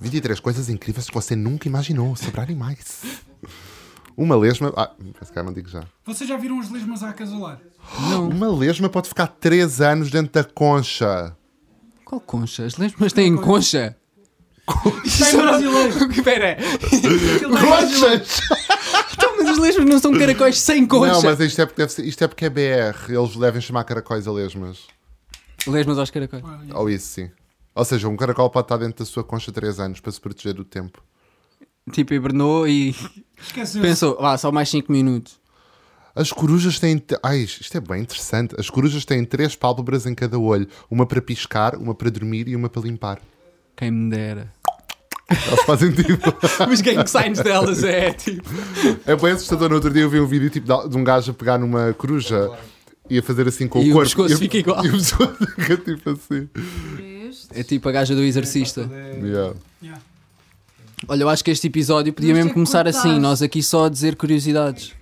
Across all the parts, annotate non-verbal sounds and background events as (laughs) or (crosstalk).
23 coisas incríveis que você nunca imaginou sobre animais. Uma lesma. Ah, se calhar não digo já. Vocês já viram os lesmas a acasalar? Uma lesma pode ficar 3 anos dentro da concha. Qual concha? As lesmas têm concha? é Está em brasileiro! (laughs) Espera, Aquilo tá está em brasileiro. Conchas! então, mas as lesmas não são caracóis sem concha. Não, mas isto é, porque deve ser- isto é porque é BR. Eles devem chamar caracóis a lesmas. é- Lesmas aos caracóis. Ou isso, sim. Ou seja, um caracol pode estar dentro da sua concha 3 anos para se proteger do tempo. Tipo, hibernou e Esqueceu. pensou, vá, só mais 5 minutos. As corujas têm. te- Ai, isto é bem interessante. As corujas têm três pálpebras em cada olho: uma para piscar, uma para dormir e uma para limpar. Quem me dera. Elas fazem tipo. (laughs) Mas quem que signs delas é, tipo... É bem assustador. No outro dia eu vi um vídeo tipo, de- de um gajo a pegar numa coruja e a fazer assim com E o o corpo. pescoço e a- fica igual. (laughs) E o pescoço fica tipo assim. É tipo a gaja do exorcista. Yeah. É, Yeah. Olha, eu acho que este episódio podia Mas mesmo é começar cortar. assim, nós aqui só a dizer curiosidades.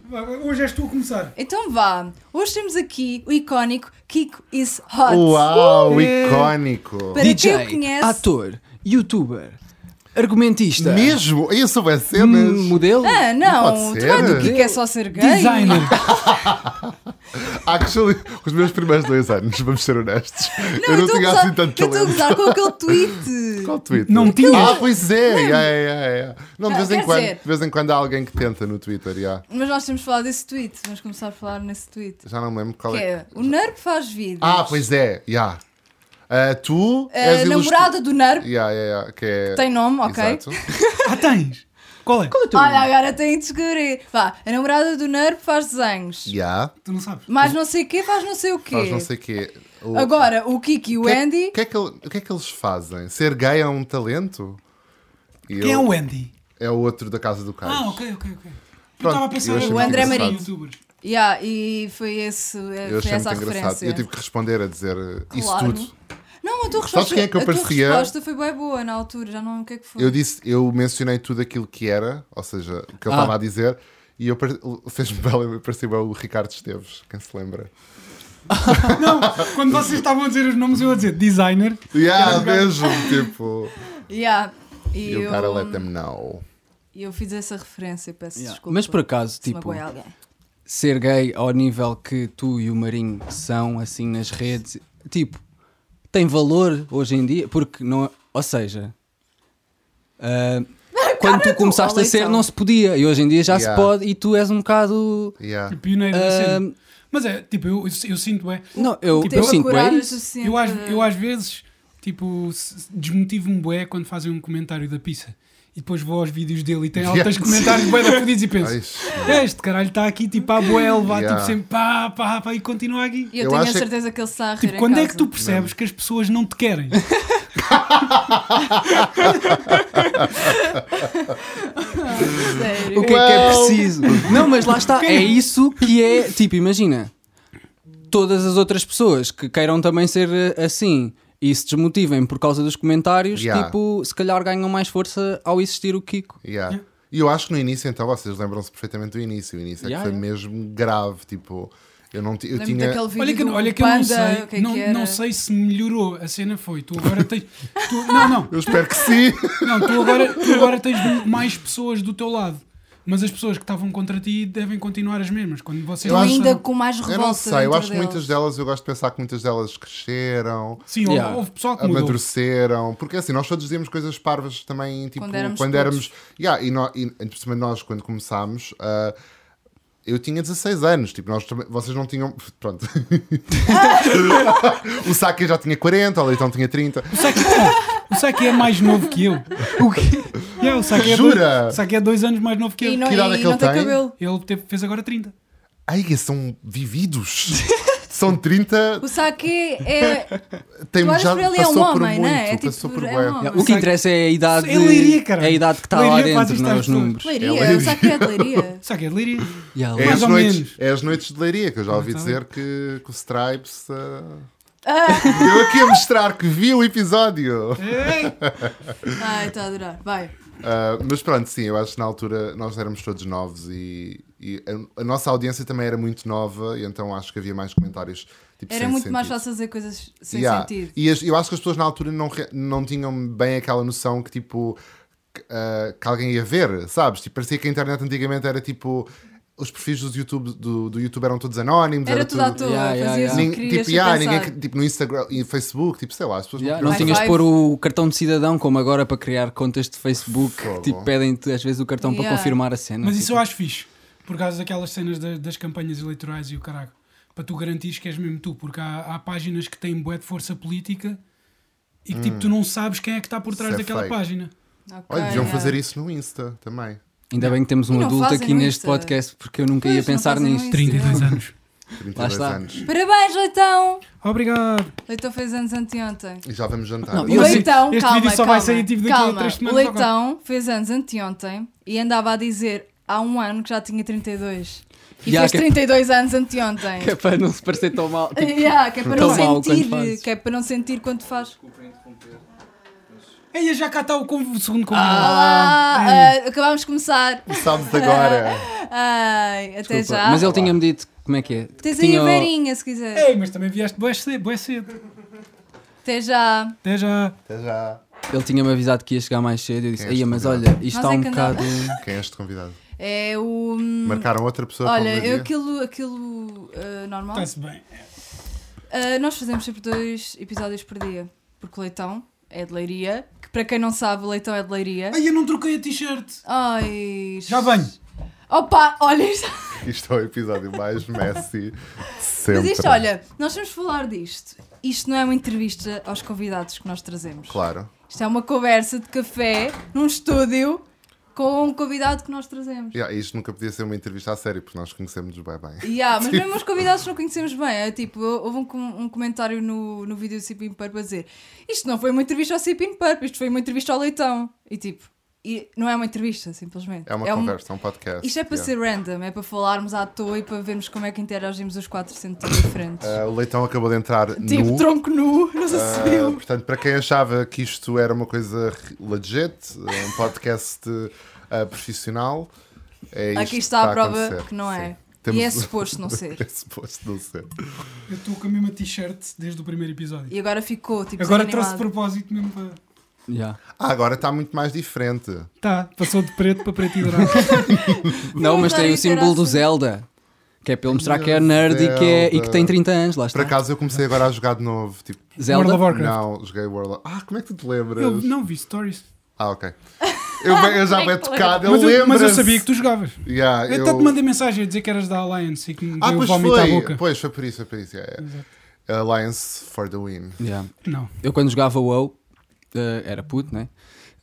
Hoje és tu a começar. Então vá, hoje temos aqui o icónico Kiko is Hot. Uau, icónico! Para quem DJ, o conhece, ator, youtuber, argumentista, Mesmo? Eu soube as cenas. hum, modelo, Ah, não, Não pode tu é ser. do Kiko é só ser gay. Designer. Actually, os meus primeiros dois anos, vamos ser honestos, eu não estou a tinha gozar- assim tanto Eu estou a talento. gozar com (laughs) aquele tweet. Qual Twitter? Não tinhas? Ah, pois é! yeah, yeah, yeah. Não, de Ah, vez, em quer quando, dizer- de vez em quando há alguém que tenta no Twitter. Yeah. Mas nós temos falado desse tweet, vamos começar a falar nesse tweet. Já não me lembro qual Que é. é, o NERP faz vídeos. Ah, pois é! Yeah. Ah, tu A és namorada do NERP Yeah, yeah, yeah, que é... tem nome, ok? Exato. (laughs) Ah, tens! Qual é? Olha, agora tem de descobrir. Vá, a namorada do NERP faz desenhos. Yeah. Tu não sabes. Mais não sei o quê, faz não sei o quê. Faz não sei o quê. O- Agora, o Kiki e o que é- Andy. que é que ele- O que é que eles fazem? Ser gay é um talento? E Quem é eu- o Andy? É o outro da Casa do Cais. Ah, ok, ok, ok. Eu Pronto, estava a eu pensar achei O muito André engraçado. Marinho. Youtubers. Yeah, e foi, esse, Eu foi achei essa muito a engraçado. referência. Eu tive que responder a dizer eh, isso Claro. tudo. Não, a tua resposta, Sabes quem é que eu a tua parecia? resposta foi bem boa na altura, já não o que é que foi. Eu disse, eu mencionei tudo aquilo que era, ou seja, o que eu Ah. estava a dizer, e eu pare- fez-me (laughs) bem, pareceu o Ricardo Esteves, quem se lembra. Quando vocês estavam a dizer os nomes, eu a dizer designer. Yeah, mesmo, tipo. Yeah. E E o eu, cara let them know. e eu fiz essa referência, peço Yeah. desculpa. Mas por acaso, se tipo, magoei alguém. ser gay ao nível que tu e o Marinho são, assim, nas redes, tipo, tem valor hoje em dia? Porque não. é, Ou seja. (laughs) ah, quando tu então. começaste a ser, Aleitão. não se podia, e hoje em dia já se Yeah. pode, e tu és um bocado. Yeah. Pioneiro da ah, cena. Mas é, tipo, eu, eu, eu sinto, é. não, eu, Tipo, eu Teve a sinto bem. coragem isso. suficiente. Eu às, eu de- às vezes, tipo, se- se- desmotivo-me bué quando fazem um comentário da pizza. E depois vou aos vídeos dele e tem Yeah. altas comentários bué da fodidos e Ai, penso sim. este caralho está aqui, tipo, à bué, a levar, Yeah. tipo, sempre pá, pá, pá, e continua aqui. E eu, eu tenho a acho é que- certeza que ele se está a rir Tipo, em quando é casa. que tu percebes que as pessoas não te (laughs) querem? Ah, (laughs) Sério. O que é que é Well. preciso? (laughs) Não, mas lá está. É isso que é. Tipo, imagina. Todas as outras pessoas que queiram também ser eh, assim e se desmotivem por causa dos comentários, Yeah. tipo, se calhar ganham mais força ao existir o Kiko. Yeah. E eu acho que no início, então, vocês lembram-se perfeitamente do início. O início é que Yeah, foi yeah. mesmo grave, tipo. Eu não ti- eu Lembro-me tinha. daquele vídeo Olha que, do olha que eu Panda, não sei, o que é que não, era? não sei se melhorou. A cena foi, tu agora tens. tu- não, não, Eu espero que (laughs) sim! não, tu agora, tu agora tens mais pessoas do teu lado. Mas as pessoas que estavam contra ti devem continuar as mesmas. Quando vocês Tu Eu acho- ainda com mais revolta Eu não sei, eu dentro acho que deles. muitas delas, eu gosto de pensar que muitas delas cresceram. Sim, houve- Yeah. houve pessoal que mudou. amadureceram, porque assim, nós todos dizíamos coisas parvas também, tipo, Quando éramos quando putos. éramos. Yeah, e, nó- e, principalmente nós, quando começámos, ah, eu tinha 16 anos, tipo, nós também, vocês não tinham. (laughs) Pronto. (laughs) o Saki já tinha 40, o Leitão tinha 30. O Saki, o Saki é mais novo que eu. O Yeah, o Saki é Jura? Dois, o Saki é dois anos mais novo que eu. E não, Que idade é e que não ele tem tem? cabelo. Ele teve- fez agora 30. Ai, são (laughs) vividos! são 30, O Saki (laughs) é. tem, tu olhas já para ele, é um passou por homem, muito, não é? É passou tipo, por é bué. um homem. O que Sabe- interessa é a idade, É Leiria, caralho. é a idade que está lá Leiria faz dentro, isto não é às os pessoas. números. Leiria, Ele- o Saki é de Leiria. O Saki é de Leiria. Yeah, É Mais as, ou noites, menos. é as noites de leiria que eu já ouvi dizer que, que o Stripes ah, Eu aqui a mostrar que vi o episódio. Ai, estou a adorar. Vai. Ah, mas pronto, sim, eu acho que na altura nós éramos todos novos e, e a, a nossa audiência também era muito nova, e então acho que havia mais comentários tipo, Era sem muito sentido. mais fácil fazer coisas sem Yeah. sentido. E as- eu acho que as pessoas na altura não, re- não tinham bem aquela noção que tipo que, ah, que alguém ia ver, sabes? Tipo, parecia que a internet antigamente era tipo. Os perfis dos YouTube, do, do YouTube eram todos anónimos, Era tudo à toa. Yeah, yeah, Fazias yeah. o Nin- que querias tipo, sem yeah, pensar. ninguém, que- tipo, no Instagram e Facebook, tipo, sei lá, as pessoas Yeah, não não queriam tinhas de High pôr o cartão de cidadão como agora para criar contas de Facebook Fogo. que tipo, pedem-te às vezes o cartão para Yeah. confirmar a cena. Mas tipo. isso eu acho fixe, por causa daquelas cenas da- das campanhas eleitorais e o caralho. Para tu garantires que és mesmo tu, porque há, há páginas que têm bué de força política e que tipo, tu não sabes quem é que está por trás Hum. Isso é daquela fake. página. Ok, Olha, deviam yeah. fazer isso no Insta também. Ainda bem que temos um E não adulto fazem aqui no neste Insta. podcast porque eu nunca Pois, ia não pensar fazem no nisto. Insta. 32 anos. 32 está. anos. Parabéns, Leitão! Obrigado. Leitão fez anos anteontem. E já vamos jantar. Não, O Mas Leitão, este calma, vídeo só calma, vai sair, tipo, daqui a calma. três semanas, O Leitão fez anos anteontem e andava a dizer há um ano que já tinha 32. E Yeah, fez que é- 32 anos (laughs) anteontem. Que é para não se parecer tão mal. (laughs) Tipo, Yeah, que é para Tão não mal quando sentir, fazes. que é para não sentir quando faz. Aí já cá está o, conv- o segundo convidado. Olá, hum. ah, acabámos de começar. (laughs) Sabes agora. (laughs) Ai, até desculpa. já. Mas ele tinha-me dito como é que é. Tens Que aí tinha a o- verinha, se quiser. Ei, mas também vieste bué cedo, bué cedo. Até já. Até já. Até já. Ele tinha-me avisado que ia chegar mais cedo. Eu disse, Quem é este "Ei, mas olha, convidado?" isto Nós está é um que andava. bocado. Quem é este convidado? É o. Marcaram outra pessoa para o Olha, meu eu dia? aquilo, aquilo ah, normal. Está-se bem. Ah, nós fazemos sempre dois episódios por dia. Porque o Leitão é de Leiria. Que para quem não sabe, o Leitão é de Leiria. Ai, eu não troquei a t-shirt. Ai. Já venho. Opa, olha isto. Isto é o episódio mais messy de sempre. Mas isto, olha, nós vamos falar disto. Isto não é uma entrevista aos convidados que nós trazemos. Claro. Isto é uma conversa de café num estúdio com um convidado que nós trazemos. Yeah, isto nunca podia ser uma entrevista a sério, porque nós conhecemos bem bem. Yeah, (laughs) mas Tipo. mesmo os convidados não conhecemos bem. É tipo, houve um, com- um comentário no, no vídeo do Cipin Purp a dizer: Isto não foi uma entrevista ao Cipin Purp, isto foi uma entrevista ao Leitão. E tipo, e não é uma entrevista, simplesmente. É uma um- conversa, é um podcast. Isto é para yeah. ser random, é para falarmos à toa e para vermos como é que interagimos os quatro sendo tão diferentes. Ah, o Leitão acabou de entrar tipo, nu. tronco nu, (laughs) não se Ah, viu. portanto, para quem achava que isto era uma coisa re- legit, um podcast ah, profissional, é isto Aqui está a que prova acontecer. que não é. Sim. Temos- E (laughs) é suposto não ser. é suposto não ser. Eu estou com a mesma t-shirt desde o primeiro episódio. E agora ficou, tipo, Agora desanimado. trouxe de propósito mesmo para. (laughs) Yeah. Ah, agora está muito mais diferente. Tá, passou de preto para preto e dourado. Não, mas tem adoro o símbolo do interação. Zelda. Que é para ele mostrar que é Meu nerd e que, é- e que Zelda. tem 30 anos. Lá Por está. acaso eu comecei agora a jogar de novo. Tipo, Zelda. World of Warcraft. não, joguei World of... Ah, como é que tu te lembras? Eu não vi stories. Ah, ok. Eu, eu já é bem tocado, ele Mas eu, lembra mas eu sabia que tu jogavas. Yeah, Eu até te mandei mensagem a dizer que eras da Alliance e que me Ah, deu pois vómito à foi. boca. Pois, foi por isso, foi por isso. yeah, yeah. Alliance for the win. Yeah. Não. Eu quando jogava WoW, eh, era puto, né?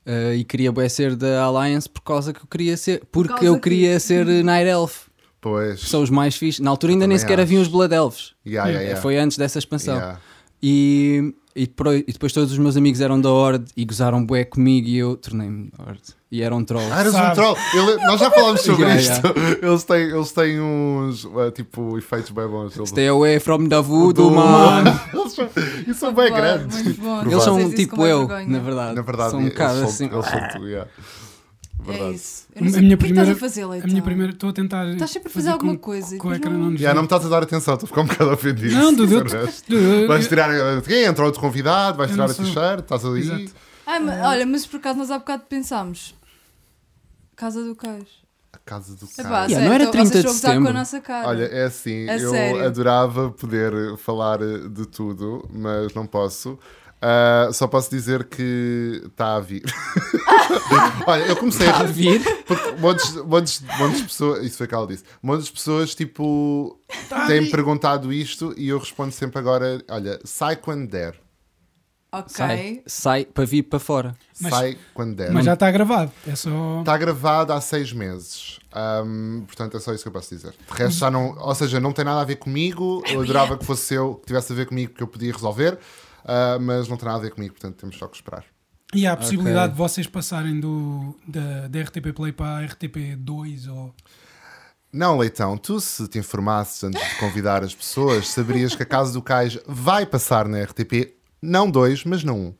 Eh, e queria bué ser da Alliance por causa que eu queria ser. Porque causa eu que- queria (laughs) ser Night Elf. Pois. Que são os mais fixos. Na altura ainda nem Também sequer acho. haviam os Blood Elves. Yeah, yeah, yeah. Foi antes dessa expansão. Yeah. E, e, pro- e depois todos os meus amigos eram da Horde e gozaram bué comigo e eu tornei-me Horde. E era um troll. Ah, eras um Sabe. troll. Ele- nós já falámos sobre Yeah, isto. (laughs) Eles, têm, eles têm uns uh, tipo efeitos bem bons. Eles, Stay away é from the voodoo, Do- man. (laughs) eles são, e são bem Claro, grandes. muito bom. Provável. Eles Vocês são dizem com tipo mais eu, vergonha. na verdade. Na verdade, são um eles bocado são, assim. eles (laughs) são tu, yeah. É Verdade. isso. Eu não A sei minha o que é que primeira- estás a fazer, Leitão. A minha primeira. Estou a tentar. Hum, Estás sempre a fazer alguma com- coisa e Com o depois ecrã não- não nos Yeah, não me vê. estás a dar atenção, estou a ficar um bocado ofendido. (laughs) Não, Dudu, Por tu- resto. Dudu, eu- Vais tirar. eh, Entra outro convidado, vais Eu tirar a não sou- t-shirt, estás ali. Exato. Ai, mas- Ah. olha, mas por acaso nós há bocado pensámos. Casa do Cais. A casa do É cara. Yeah, não era 30 de com a setembro. nossa cara. Olha, é assim, A eu sério. adorava poder falar eh, de tudo, mas não posso. Ah, só posso dizer que está a vir. (laughs) Olha, eu comecei a a vir. porque montes, montes, montes de pessoas, isso foi que ela disse, montes de pessoas tipo Tá têm perguntado isto e eu respondo sempre agora: olha, sai quando der. ok. Sai, sai para vir para fora. Mas- sai quando der. (laughs) Mas já está gravado. É só. Está Tá gravado há seis meses. Ahm, portanto, é só isso que eu posso dizer. De resto, já não. Ou seja, não tem nada a ver comigo. Eu adorava que fosse eu que tivesse a ver comigo que eu podia resolver. ah, mas não tem nada a ver comigo, portanto temos só que esperar. E há a possibilidade de vocês passarem do, da, da RTP Play para a RTP 2 ou. Não, Leitão, tu se te informasses antes de convidar as pessoas, saberias que a Casa do Cais vai passar na RTP, não dois, mas não um.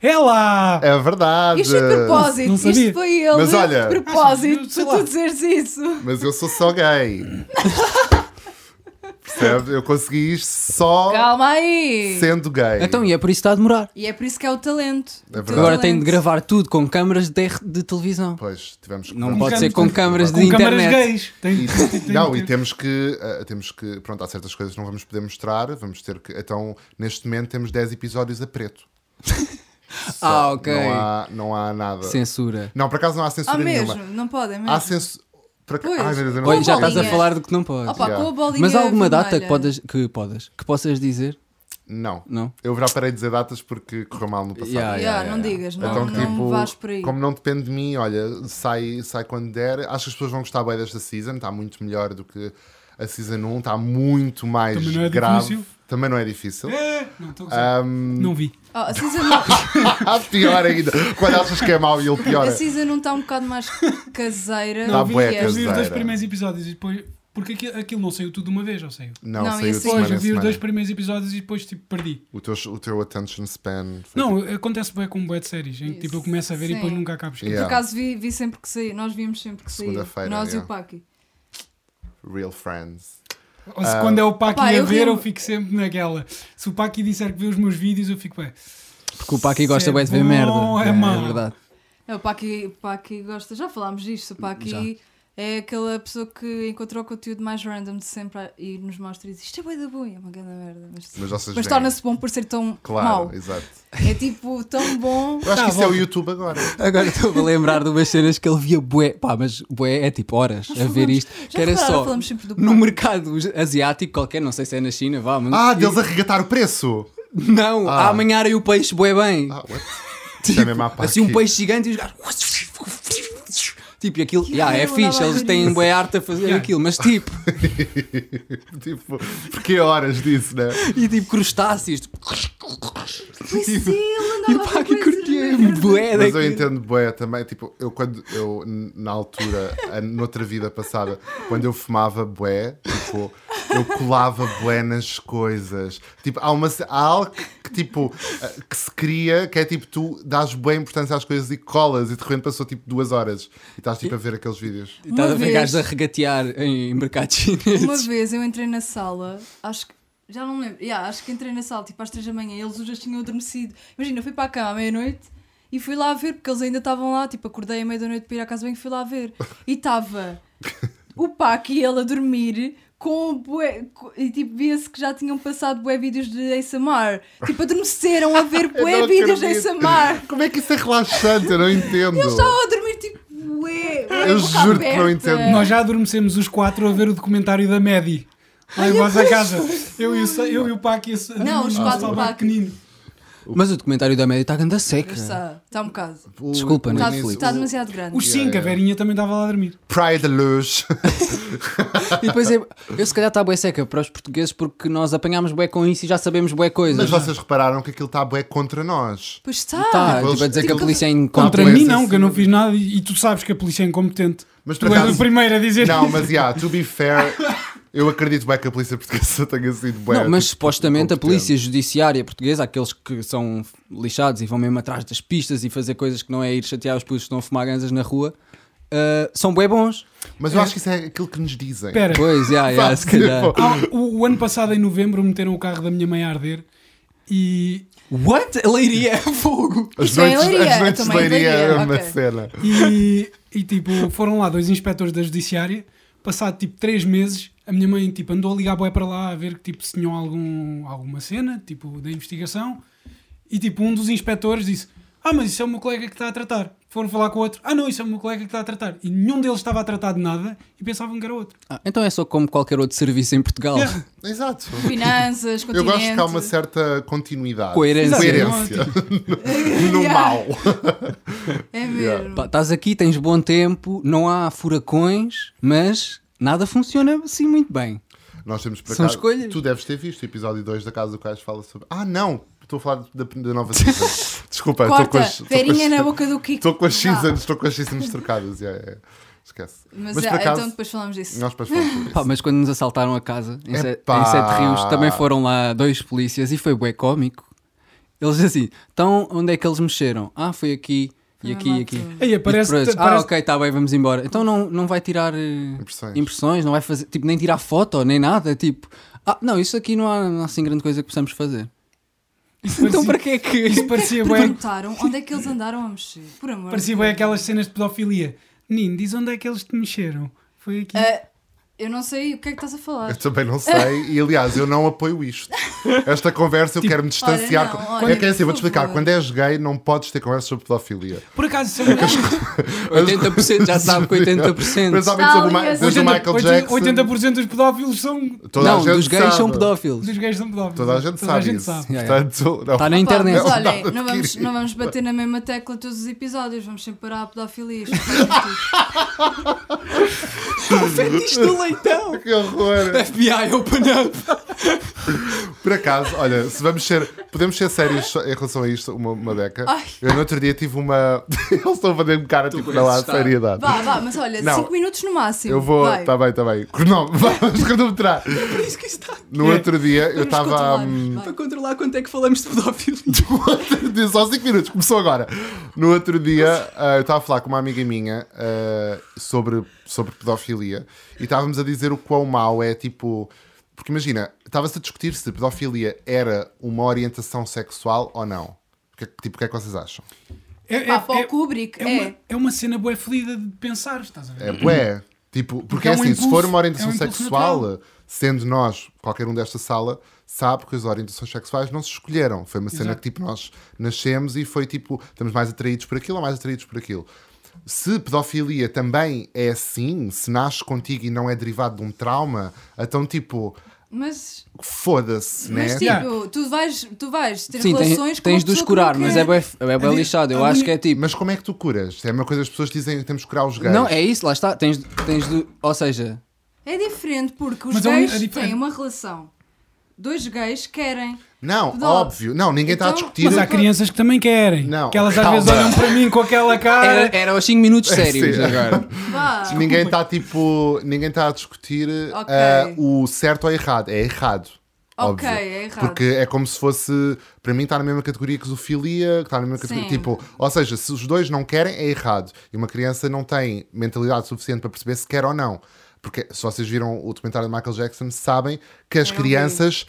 É lá! É verdade. Isto é de propósito. Não sabia. Isto foi ele. Mas olha- De Ah, sei propósito. Se lá. tu dizeres isso. Mas eu sou só (laughs) gay. Percebe? Eu consegui isto só Calma aí. sendo gay. Então, e é por isso que está a demorar. E é por isso que é o talento. É verdade. Agora Talento. tenho de gravar tudo com câmaras de, R- de televisão. Pois, tivemos que- Não vamos- pode câmaras ser com de- câmaras de Com câmaras internet. gays. Tem, tem- E, tem- não, e tem- temos que, ah, temos que. Pronto, há certas coisas que não vamos poder mostrar. Vamos ter que. Então, neste momento, temos 10 episódios a preto. Só. Ah, ok. Não há, não há nada. Censura. Não, por acaso não há Ah, censura mesmo. nenhuma. Não podem mesmo. Há censura. Por acaso. Pois. Ai, meu Deus, eu não Ou Olha, já bolinha. estás a falar do que não podes. Opa, Yeah. com a bolinha Mas há alguma data que vermelha. podas, que podas, que possas dizer? Não. Não? Eu já parei de dizer datas porque correu mal no passado. Yeah, Yeah, yeah, não yeah. digas, não, Então, não tipo, vás por aí. como não depende de mim, olha, sai, sai quando der. Acho que as pessoas vão gostar bem desta season, está muito melhor do que a season 1, está muito mais Também não é grave. difícil. Também não é difícil. É, Não, estou a gozar. Ahm, (laughs) Não vi. Oh, a season não- Ah, pior ainda. Quando achas que é mau e ele a piora. season não está um bocado mais caseira. Tá vi, bué eu vi os dois caseira. primeiros episódios e depois. Porque aqui- aquilo, não saiu tudo de uma vez, ou saiu? Não, Não, saiu de isso- semana Depois eu em vi os dois semana. é. primeiros episódios e depois tipo perdi. O teu, o teu attention span. foi- tipo- Não, acontece bem com um bué de séries, em que tipo eu Isso, começo a ver e sim. depois nunca acabo esquecendo. Por Yeah. acaso vi, vi sempre que saía, nós vimos sempre que saía. Segunda-feira, Nós e yeah. o Paki. Real friends. Ou se quando é o Paki Pá, a eu ver, rio- eu fico sempre naquela. Se o Paki disser que vê os meus vídeos, eu fico bem. Porque o Paqui gosta é bem de ver bom, merda. é É, mau. verdade. É, o Paki, o Paki gosta, já falámos disto, o Paki Já. é aquela pessoa que encontrou o conteúdo mais random de sempre e nos mostra e diz isto é bué da boa, é uma grande merda. Mas, Mas vocês mas veem. torna-se bom por ser tão Claro, mau. exato. É tipo tão bom. Eu acho Tá, que isso é o volta. YouTube agora. Agora estou a lembrar de umas cenas que ele via bué. Pá, mas bué é tipo horas a ver falamos- isto. já Que era repararam, só falamos sempre do no Paqui. mercado asiático qualquer, não sei se é na China, vá. Mas... Ah, deles arregatar o preço. Não, Ah. amanhã era o peixe bué bem. Ah, what? (laughs) Tipo, é mesmo à parte. assim um peixe gigante e os gajos. Tipo, e aquilo. Yeah, é horror, fixe, não eles dá têm boa arte a fazer Yeah. aquilo, (laughs) mas tipo. tipo, porque horas disso, né? E tipo crustáceos. tipo, Pois sim, ele E andava o com Paqui coisas curtia merdas. é bué Mas eu daquilo. entendo bué também, tipo, eu quando, eu n- na altura, a- noutra vida passada, quando eu fumava bué, tipo, eu colava bué nas coisas. Tipo, há, uma, ce- há algo que, que, tipo, eh, que se cria, que é tipo, tu dás bué importância às coisas e colas e de repente passou tipo duas horas e estás tipo a ver aqueles vídeos. E Estás Uma a ver gajos a vez. regatear em mercados Uma chineses. vez eu entrei na sala, acho que. Já não me lembro. Yeah, acho que entrei na sala, tipo às 3 da manhã, e eles os dois tinham adormecido. Imagina, eu fui para a cama à meia-noite e fui lá ver, porque eles ainda estavam lá. Tipo, acordei à meia-noite para ir à casa bem e fui lá ver. E (laughs) estava o Paco e ele a dormir. Com bué, co- e tipo, via-se que já tinham passado bué vídeos de ASMR. Tipo, adormeceram (laughs) a ver Eu bué não vídeos de acredito. ASMR. Como é que isso é relaxante? Eu não entendo. Eles estavam a dormir, tipo, bué. bué, Eu boca juro que não aberta. entendo. Nós já adormecemos os quatro a ver o documentário da Medi. Lá em vossa casa. Eu e o, Sa- eu e o Paqui. a se- Não, os a quatro salvar Paqui. pequenino. Mas o documentário da média está ganda seca. Está, está um bocado. O- Desculpa, o né? Está início- Netflix. está Tá demasiado grande. Os cinco, yeah. a Verinha também estava lá a dormir. o Pride Luz. E depois é. Eu se calhar está bué seca para os portugueses porque nós apanhámos bué com isso e já sabemos bué coisas. Mas vocês repararam que aquilo está bué contra nós. Pois está. Tá, Tipo, tipo a dizer eles- que a polícia é Contra Não, incompetente. pois, mim não, assim- que eu não fiz nada e, e tu sabes que a polícia é incompetente. Mas por tu és acaso- o primeiro a dizer Não, mas yeah, to be fair, eu acredito bem que a polícia portuguesa (laughs) tenha sido bem. Não, mas tipo, supostamente a competente. polícia judiciária portuguesa, aqueles que são lixados e vão mesmo atrás das pistas e fazer coisas que não é ir chatear os putos que estão a fumar ganzas na rua, ah, são bué bons. Mas eu acho que isso é aquilo que nos dizem. Espera, Pois, já, já, se Fácil, calhar. pô. Ah, o, o ano passado, em novembro, meteram o carro da minha mãe a arder e, What? Leiria (laughs) é fogo! As Isso é em noites, Leiria, as noites de também em Leiria é Leiria, uma ok. cena. e, e, tipo, foram lá dois inspectores da judiciária. Passado tipo três meses, a minha mãe tipo, andou a ligar boé para lá a ver que tipo, se tinham algum, alguma cena tipo, da investigação. E tipo, um dos inspectores disse: Ah, mas isso é o meu colega que está a tratar. Foram falar com o outro: Ah, não, isso é o meu colega que está a tratar. E nenhum deles estava a tratar de nada e pensavam que era outro. Ah, então é só como qualquer outro serviço em Portugal. Yeah. Exato. Finanças, continente. Eu gosto que há uma certa continuidade. Coerência. Coerência. no (laughs) Yeah. mal. É mesmo. Pá, Estás aqui, tens bom tempo, não há furacões, mas nada funciona assim muito bem. Nós temos para São cá. escolhas. Tu deves ter visto o episódio 2 da Casa do Cais fala sobre. Ah, não! Estou a falar da, da nova (laughs) season. Desculpa, estou com Corta, as. estou com as- ferinha na boca do Kiko. Estou com as seasons, estou com as seasons trocadas. yeah, yeah. Esquece. Mas, Mas, é, por acaso, então depois falamos disso. Nós depois falamos sobre isso. Pá, mas quando nos assaltaram a casa em, Se- Epá. em Sete Rios, também foram lá dois polícias e foi bué cómico. Eles assim, então onde é que eles mexeram? Ah, foi aqui e Foi aqui na e aqui. moto. Aí E aparece. depois, parece- Ah, ok, tá bem, vamos embora. Então não, não vai tirar eh, Impressões. impressões, não vai fazer, tipo, nem tirar foto, nem nada. Tipo, ah, não, isso aqui não há, não há assim grande coisa que possamos fazer. parecia- Então para que é que. Isso (laughs) parecia bem, Perguntaram onde é que eles andaram a mexer. Por amor. parecia de bem Deus. aquelas cenas de pedofilia. Nino, diz onde é que eles te mexeram. Foi aqui. Ah, eu não sei o que é que estás a falar. Eu também não sei, e aliás, eu não apoio isto. Esta conversa eu Tipo, quero me distanciar. olha, não, com- olha, é que é assim, por vou-te explicar: favor. quando és gay, não podes ter conversas sobre pedofilia. Por acaso, são é 80% já sabe que 80%. Principalmente sobre o Ma- Está ali, desde o Michael Jackson. 80% dos pedófilos são. toda a não, gente dos gays sabe. são pedófilos. Dos gays são pedófilos. Toda a gente sabe isso. sabe. Tá Portanto, não. Está na Pá, internet. Mas olhem, Nada de não vamos, querido. não vamos bater na mesma tecla todos os episódios, vamos sempre parar a pedofilia. (laughs) Fetiche do leitão! Que horror! FBI, open up! Por acaso, olha, se vamos ser. Podemos ser sérios só- em relação a isto, uma, uma beca. Ai. Eu no outro dia tive uma. (laughs) Eles estão a fazer-me cara, tipo, vais não há assustar. seriedade. vá, vá, mas olha, Não. 5 minutos no máximo. Eu vou. Vai. Está bem, está bem. Cronó, (laughs) vamos cronometrar. Isso que está. No outro dia eu Vamos estava. controlar-nos, hum, (laughs) vai. controlar quanto é que falamos de pedofilia. No outro dia, só 5 minutos, começou agora. No outro dia, ah, eu estava a falar com uma amiga minha ah, sobre, sobre pedofilia e estávamos a dizer o quão mau é tipo. Porque imagina, estava-se a discutir se pedofilia era uma orientação sexual ou não. O Que, é que- tipo, o que é que vocês acham? É, é, Pá, para é- o é Kubrick, é. uma, é uma cena bué fodida de pensar, estás a ver? É bué. Tipo, porque, é é um assim, se impulso, for uma orientação é um impulso sexual, natural. sendo nós, qualquer um desta sala, sabe que as orientações sexuais não se escolheram. Foi uma cena Exato. que tipo nós nascemos e foi tipo, estamos mais atraídos por aquilo ou mais atraídos por aquilo. Se pedofilia também é assim, se nasce contigo e não é derivado de um trauma, então tipo, Mas, foda-se, mas né? tipo, Yeah. tu, vais, tu vais ter Sim, tens, relações com tens uma de os pessoa que curar, não mas quer. é bem, é bem lixado. Eu a acho única- que é tipo. Mas como é que tu curas? É uma coisa que as pessoas dizem que temos que curar os gays. Não, é isso, lá está. Tens, tens de. Ou seja, É diferente porque os Mas é um- gays é diferente. têm uma relação. Dois gays querem. Não, Pedó- óbvio. Não, ninguém está Então- a discutir. Mas há crianças que também querem. É Não, que elas às calma. vezes olham para mim com É, aquela cara. era, era os 5 (laughs) minutos sérios Sim. agora. Vá. Ninguém está tipo. Ninguém está a discutir Ok. ah, o certo ou errado. É errado. óbvio. Ok, é errado. Porque é como se fosse. Para mim está na mesma categoria que zoofilia, que está na mesma categoria. Sim. Tipo, ou seja, se os dois não querem, é errado. E uma criança não tem mentalidade suficiente para perceber se quer ou não. Porque se vocês viram o documentário de Michael Jackson, sabem que as Eu não vi. crianças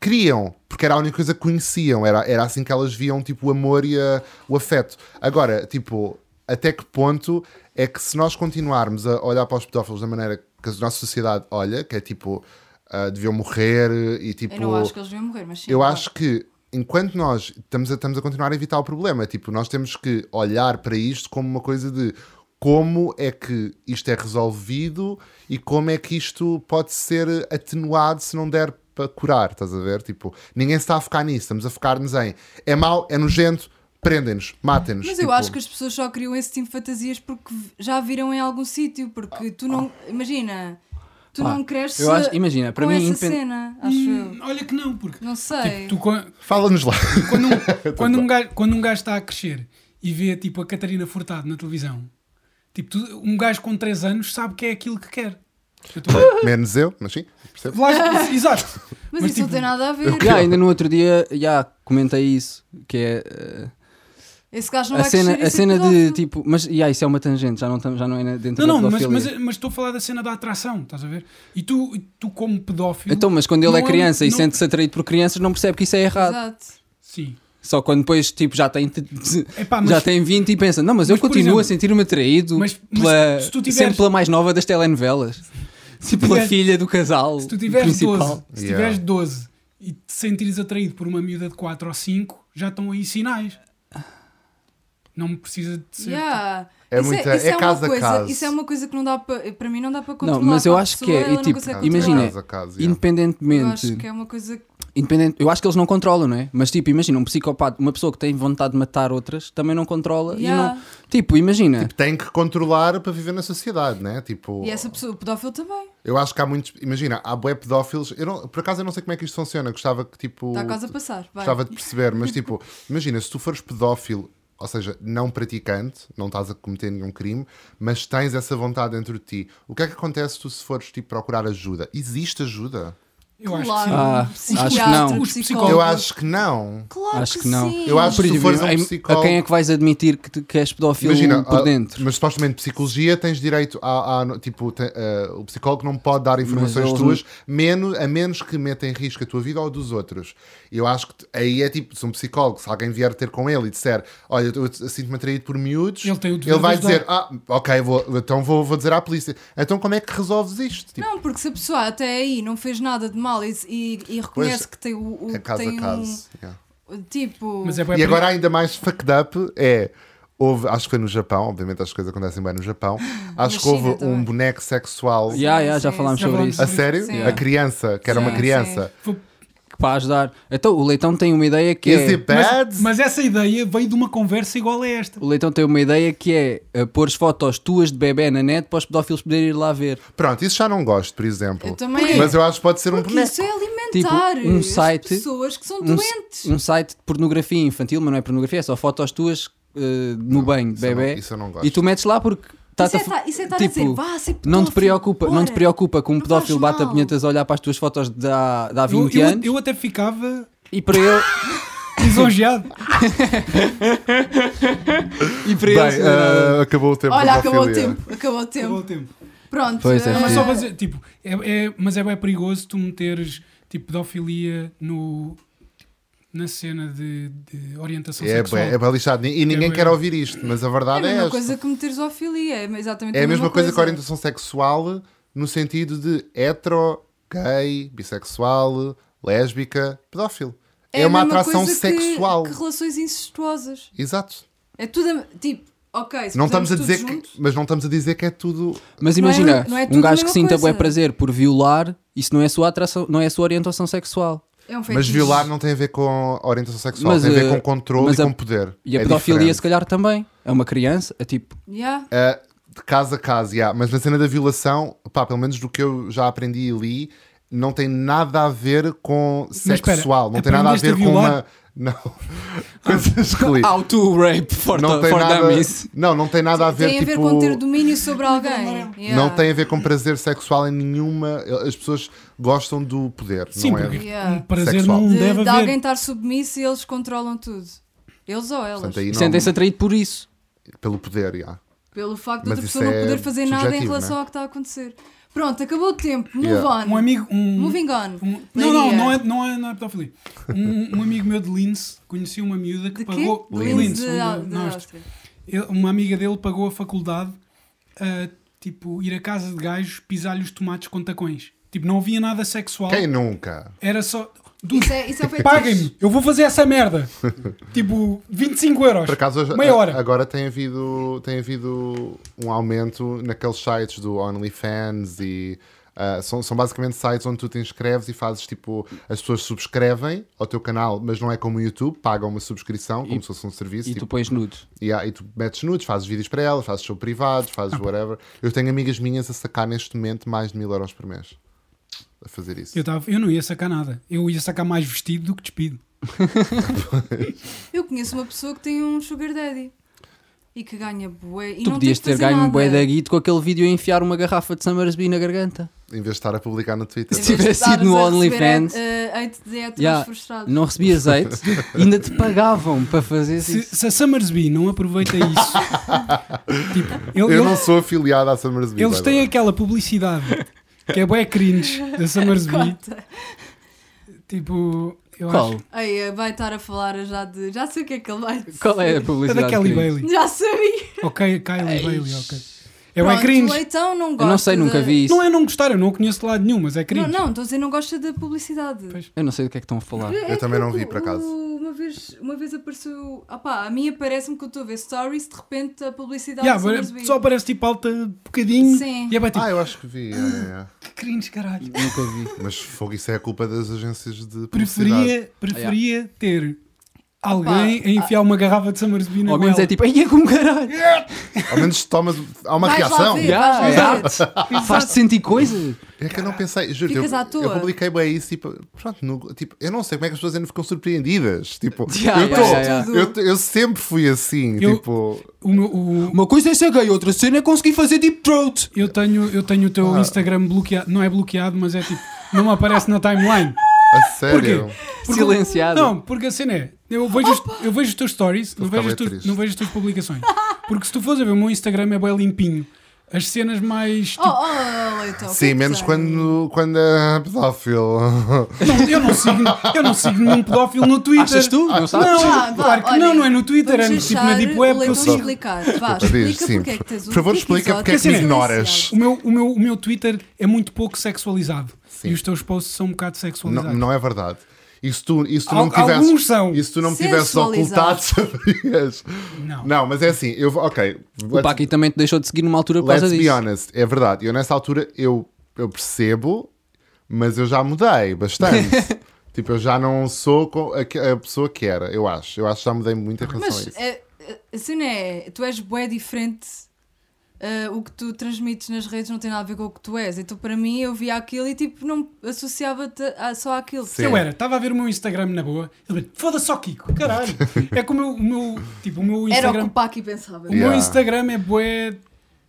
criam, porque era a única coisa que conheciam, era, era assim que elas viam tipo, o amor e a- o afeto. Agora, tipo, até que ponto é que se nós continuarmos a olhar para os pedófilos da maneira que a nossa sociedade olha, que é tipo, ah, deviam morrer e tipo. Eu não acho que eles vão morrer, mas sim. Eu vá. acho que enquanto nós estamos a, estamos a continuar a evitar o problema, tipo, nós temos que olhar para isto como uma coisa de como é que isto é resolvido e como é que isto pode ser atenuado se não der para curar, estás a ver? Tipo, ninguém se está a focar nisso, estamos a focar-nos em é mau, é nojento, prendem-nos, matem-nos. Mas tipo, eu acho que as pessoas só criam esse tipo de fantasias porque v- já a viram em algum sítio, porque tu não. Imagina, tu Pá, não cresces eu acho- imagina, para com mim, essa independ- cena, acho Hum, olha que não, porque. eu. Não é. sei. Tipo, tu, co- Fala-nos (laughs) lá. (laughs) quando, um, quando, um gajo, quando um gajo está a crescer e vê tipo a Catarina Furtado na televisão, tipo, tu- um gajo com 3 anos sabe que é aquilo que quer. Eu estou- Menos eu, mas sim, percebo. Lá- (laughs) exato. mas, Mas, isso não tipo, tem nada a ver. Já, ainda no outro dia, já comentei isso. Que é. eh, Esse gajo não a vai cena, crescer. a e ser cena de pedófilo. tipo. Mas já, isso é uma tangente, já não, tam, já não é dentro Não, da não, mas, pedofilia. mas, mas estou a falar da cena da atração, estás a ver? E tu, e tu como pedófilo. Então, mas quando ele não é um- criança e não- sente-se atraído por crianças, não percebe que isso é errado. Exato. Sim. Só quando depois tipo, já, tem, Epá, mas- já tem 20 e pensa, não, mas, eu Mas, por continuo exemplo- a sentir-me atraído Mas- mas pela, se tu tiveres- sempre pela mais nova das telenovelas. Tipo, (laughs) pela tiveres- filha do casal Se tu tiveres principal. 12, se Yeah. tiveres 12 e te sentires atraído por uma miúda de 4 ou 5, já estão aí sinais. Não precisa de ser. Yeah. É muita- é uma caso a coisa, caso. Isso é uma coisa que não dá para. Para mim, não dá para controlar. Não, mas eu para a acho que pessoa, é, ela e não tipo, consegue imagina, controlar. Caso a caso, yeah. Eu independentemente. acho que é uma coisa que. Independente, eu acho que eles não controlam, não é? Mas tipo, imagina, um psicopata, uma pessoa que tem vontade de matar outras, também não controla Yeah. e não. Tipo, imagina. Tem que controlar para viver na sociedade, né? Tipo, E essa pessoa, o pedófilo também. eu acho que há muitos. Imagina, há bué pedófilos. Eu não, por acaso eu não sei como é que isto funciona. Gostava que tipo. Está Tá quase a passar. Vai. (laughs) Gostava de perceber, mas tipo, imagina, se tu fores pedófilo, ou seja, não praticante, não estás a cometer nenhum crime, mas tens essa vontade dentro de ti. O que é que acontece tu se fores tipo, procurar ajuda? Existe ajuda? Eu acho que claro, Um sim. Ah, psiquiatra, acho que não. Os psicólogo. Eu Algum- acho que não. Claro acho que não. sim. Eu acho- Por Se tu exemplo, fores a um em- psicólogo- a quem é que vais admitir que, tu- que és pedófilo por ah, dentro? Mas supostamente psicologia tens direito a, a- tipo, te- ah, o psicólogo não pode dar informações eles tuas, menos, a menos que meta em risco a tua vida ou a dos outros. Eu acho que t- aí é tipo, se um psicólogo, se alguém vier ter com ele e disser, olha, eu, eu sinto-me atraído por miúdos, Ele tem o dever ele vai de ajudar. dizer, ah, ok, vou- então vou, vou dizer à polícia. Então como é que resolves isto? Tipo, Não, porque se a pessoa até aí não fez nada de mal e, e, e reconhece Pois, que tem o. o é caso tem a caso. yeah. Um, tipo. Mas é bué E perigo- agora ainda mais fucked up é. Houve, acho que foi no Japão, obviamente as coisas acontecem bem no Japão. Acho que China houve um também. boneco sexual. Yeah, yeah, já sim, é falámos sim. sobre Já isso. A sério? Sim. A criança, que era Sim, uma criança. Foi- Que Para ajudar. Então, o Leitão tem uma ideia que Is é. it bad? Mas essa ideia veio de uma conversa igual a esta. O Leitão tem uma ideia que é uh, pôr as fotos tuas de bebê na net para os pedófilos poderem ir lá ver. Pronto, isso já não gosto, por exemplo. Eu também. Mas eu acho que pode ser um porque boneco. isso é alimentar Tipo, um as site- pessoas que são Um, doentes. um site de pornografia infantil, mas não é pornografia, é só fotos tuas uh, no banho de isso eu bebê. não- isso eu não gosto. E tu metes lá porque. Isso tá-te é a fa- tá- isso é estar a tipo, dizer, "Vá, ser não te pedófilo, preocupa, não te bora." preocupa que um Não faz pedófilo bata mal. punhetas a olhar para as tuas fotos de há, de há 20 eu, eu- anos eu até ficava e para ele lisonjeado. e para Bem, ele se- é ah, acabou o tempo. é? Olha, da acabou o pedofilia. tempo. Acabou o tempo. Acabou o tempo. Pronto. Pois é, eh, filho. Mas só para dizer, tipo, é, é- mas é bem perigoso tu meteres tipo pedofilia no, na cena de, de orientação É, sexual. bem, é bem lixado. E ninguém bem- quer ouvir isto, mas a É a verdade é, mesma esta. coisa que meter zoofilia. É exatamente É a mesma coisa que a orientação sexual no sentido de hetero, gay, bissexual, lésbica, pedófilo. É, a uma mesma atração coisa que- sexual. Que, relações incestuosas. Exato. É tudo. a- Tipo, ok. Se Não estamos a fizermos dizer tudo que, junto, mas não estamos a dizer que é tudo Mas Não é- imagina, não é um tudo a gajo que mesma sinta coisa. bué prazer por violar, isso não é a sua atração, não é a sua orientação sexual. É um Mas fetiche. violar não tem a ver com orientação sexual, Mas, tem a ver eh, com controle mas e a- com poder. E a É pedofilia diferente. se calhar também. É uma criança, é tipo, Yeah. Eh, de caso a caso, yeah. mas na cena da violação, pá, pelo menos do que eu já aprendi e li, não tem nada a ver com espera, sexual, não tem nada a aprendeste ver a com uma. violar? (laughs) Não. Coisas que (laughs) li. how to rape Ah, for, Não tem, for nada, dummies. não, não tem nada a ver, Tem a ver tipo, com ter domínio sobre alguém. Yeah. não tem a ver com prazer sexual em nenhuma. As pessoas gostam do poder, Sim, não é? porque Yeah. um prazer Sexual. não De, deve de haver. alguém estar submisso e eles controlam tudo. Eles ou elas. Portanto, aí E não- Sentem-se atraído por isso. pelo poder, yeah. Pelo facto de Mas outra isso pessoa não é poder fazer nada em subjetivo, relação né? ao que está a acontecer. Pronto, acabou o tempo. Move Yeah. on. Um amigo. Um, Moving on. um- não, não, Leiria. não é, não é, não é pedofilia. Um, um amigo meu de Linz conhecia uma miúda que De quê? pagou. De Linz, Linz, de, onde Au- de nós- Áustria. ele- uma amiga dele pagou a faculdade a tipo, ir à casa de gajos pisar-lhe os tomates com tacões. Tipo, não havia nada sexual. Quem nunca? Era só. Dude, Isso é, isso é um fetiche. Paguem-me, eu vou fazer (laughs) essa merda. tipo, 25 euros. Por acaso, hoje- meia a- hora. agora tem havido, tem havido um aumento naqueles sites do OnlyFans e. ah, são, são basicamente sites onde tu te inscreves e fazes tipo. As pessoas subscrevem ao teu canal, mas não é como o YouTube, pagam uma subscrição, como se fosse um serviço. E tu tipo, pões nudes. e, há- e tu metes nudes, fazes vídeos para elas, fazes show privado, fazes whatever. Eu tenho amigas minhas a sacar neste momento mais de mil euros por mês a fazer isso. Eu, tava, eu não ia sacar nada. Eu ia sacar mais vestido do que despido. Eu conheço uma pessoa que tem um sugar daddy e que ganha bué. E tu não podias tem que ter fazer ganho um nada. bué da guito com aquele vídeo a enfiar uma garrafa de Summersby na garganta. Em vez de estar a publicar no Twitter. Em vez Se de tivesse estares sido no a receber OnlyFans. hate- eh, hate de héteros Yeah, frustrados. Não recebias (laughs) azeite, ainda te pagavam para fazer Se, isso. se a Summersby não (laughs) aproveita isso, tipo, Eu, ele- ele- não sou afiliado à Summersby. eles by the têm tipo- way. aquela publicidade que é bué cringe da Summersby. Conta. tipo, eu Qual? acho. Ai, eh, vai estar a falar já de. Já sei o que é que ele vai dizer. Qual é a É publicidade? da Kelly querida? Bailey. Já sabia. Ok, Kylie Bailey, ok. É Pronto, bué cringe. Leitão não Eu gosta. não sei, nunca da- vi isso. Não é não gostar, eu não conheço de lado nenhum, mas é cringe. Não, não, estou a dizer, não gosta da publicidade. Pois. Eu não sei do que é que estão a falar. É Eu também não porque vi, por acaso. o- Uma vez, uma vez apareceu. Ah pá, a mim aparece-me que eu estou a ver stories, de repente a publicidade. Yeah, do Summersby. só parece tipo alta bocadinho Sim. e é bué tipo, Ah, eu acho que vi. é, é, é. que cringe, caralho. Nunca vi. Mas fogo, isso é a culpa das agências de publicidade. preferia, preferia ter alguém Opa. ah, a enfiar uma garrafa de Samarzubina Ao menos é tipo, ai é como caralho. Ao menos tomas. Há uma Vais lá reação. ver. Yeah, Vais lá ver. yeah. Faz-te sentir coisa. É que eu não pensei, juro, eu, Ficas à eu toa. publiquei bem isso, tipo, pronto, no- tipo, eu não sei como é que as pessoas ainda ficam surpreendidas. (laughs) Tipo, Yeah, eu, yeah, tô- yeah, yeah. eu- eu sempre fui assim, Eu- tipo, O meu- o- Uma coisa é ser gay, outra cena é conseguir fazer deep throat. eu, tenho, eu tenho o teu Instagram bloqueado, não é bloqueado, mas é tipo, não me aparece na (laughs) timeline. a sério. Porquê? Silenciado. Não, porque a cena é, eu vejo, os, eu vejo os teus stories, não ficar vejo, os bem tu- triste. não vejo as tuas publicações. Porque se tu fores a ver o meu Instagram é bem limpinho. As cenas mais. tipo, Oh, oh, Leitão. o que é Sim, que menos tem? quando, quando é pedófilo. Oh. Não, eu não sigo, eu não sigo nenhum pedófilo no Twitter. Achas tu? Não sabes? Não, Ah, Vá, vá, claro que olha, não, não é no Twitter, é vamos tipo na deixar um Deep Web que eu o Leitão sigo. explicar. Desculpa, Vá, diz explica porque sempre. é que tens um Por favor, explica porque é que me episódio ignoras. O meu, o, meu, o meu Twitter é muito pouco sexualizado. Sim. E os teus posts são um bocado Não, sexualizados. não é verdade. E se tu, e se tu não Al- me tivesses, alguns são e se tu não me tivesses ocultado, (laughs) sensualizados. sabias? Não. Não, mas é assim, eu vou- ok. O let's- Paqui também te deixou de seguir numa altura por Let's causa be disso. honest, é verdade. Eu nessa altura eu, eu percebo, mas eu já mudei (laughs) bastante. tipo, eu já não sou co- a, que- a pessoa que era, eu acho. Eu acho que já mudei muito em relação a Mas isso. é, é, a cena é, tu és bué diferente. eh, o que tu transmites nas redes não tem nada a ver com o que tu és. Então, para mim, eu via aquilo e tipo, não associava-te a- só àquilo. Sim. Eu era, estava a ver o meu Instagram na boa, ele foda-se só (laughs) Kiko, caralho. É como o meu, tipo, o meu Era o que Instagram. o Paqui pensava. O meu Yeah. Instagram é bué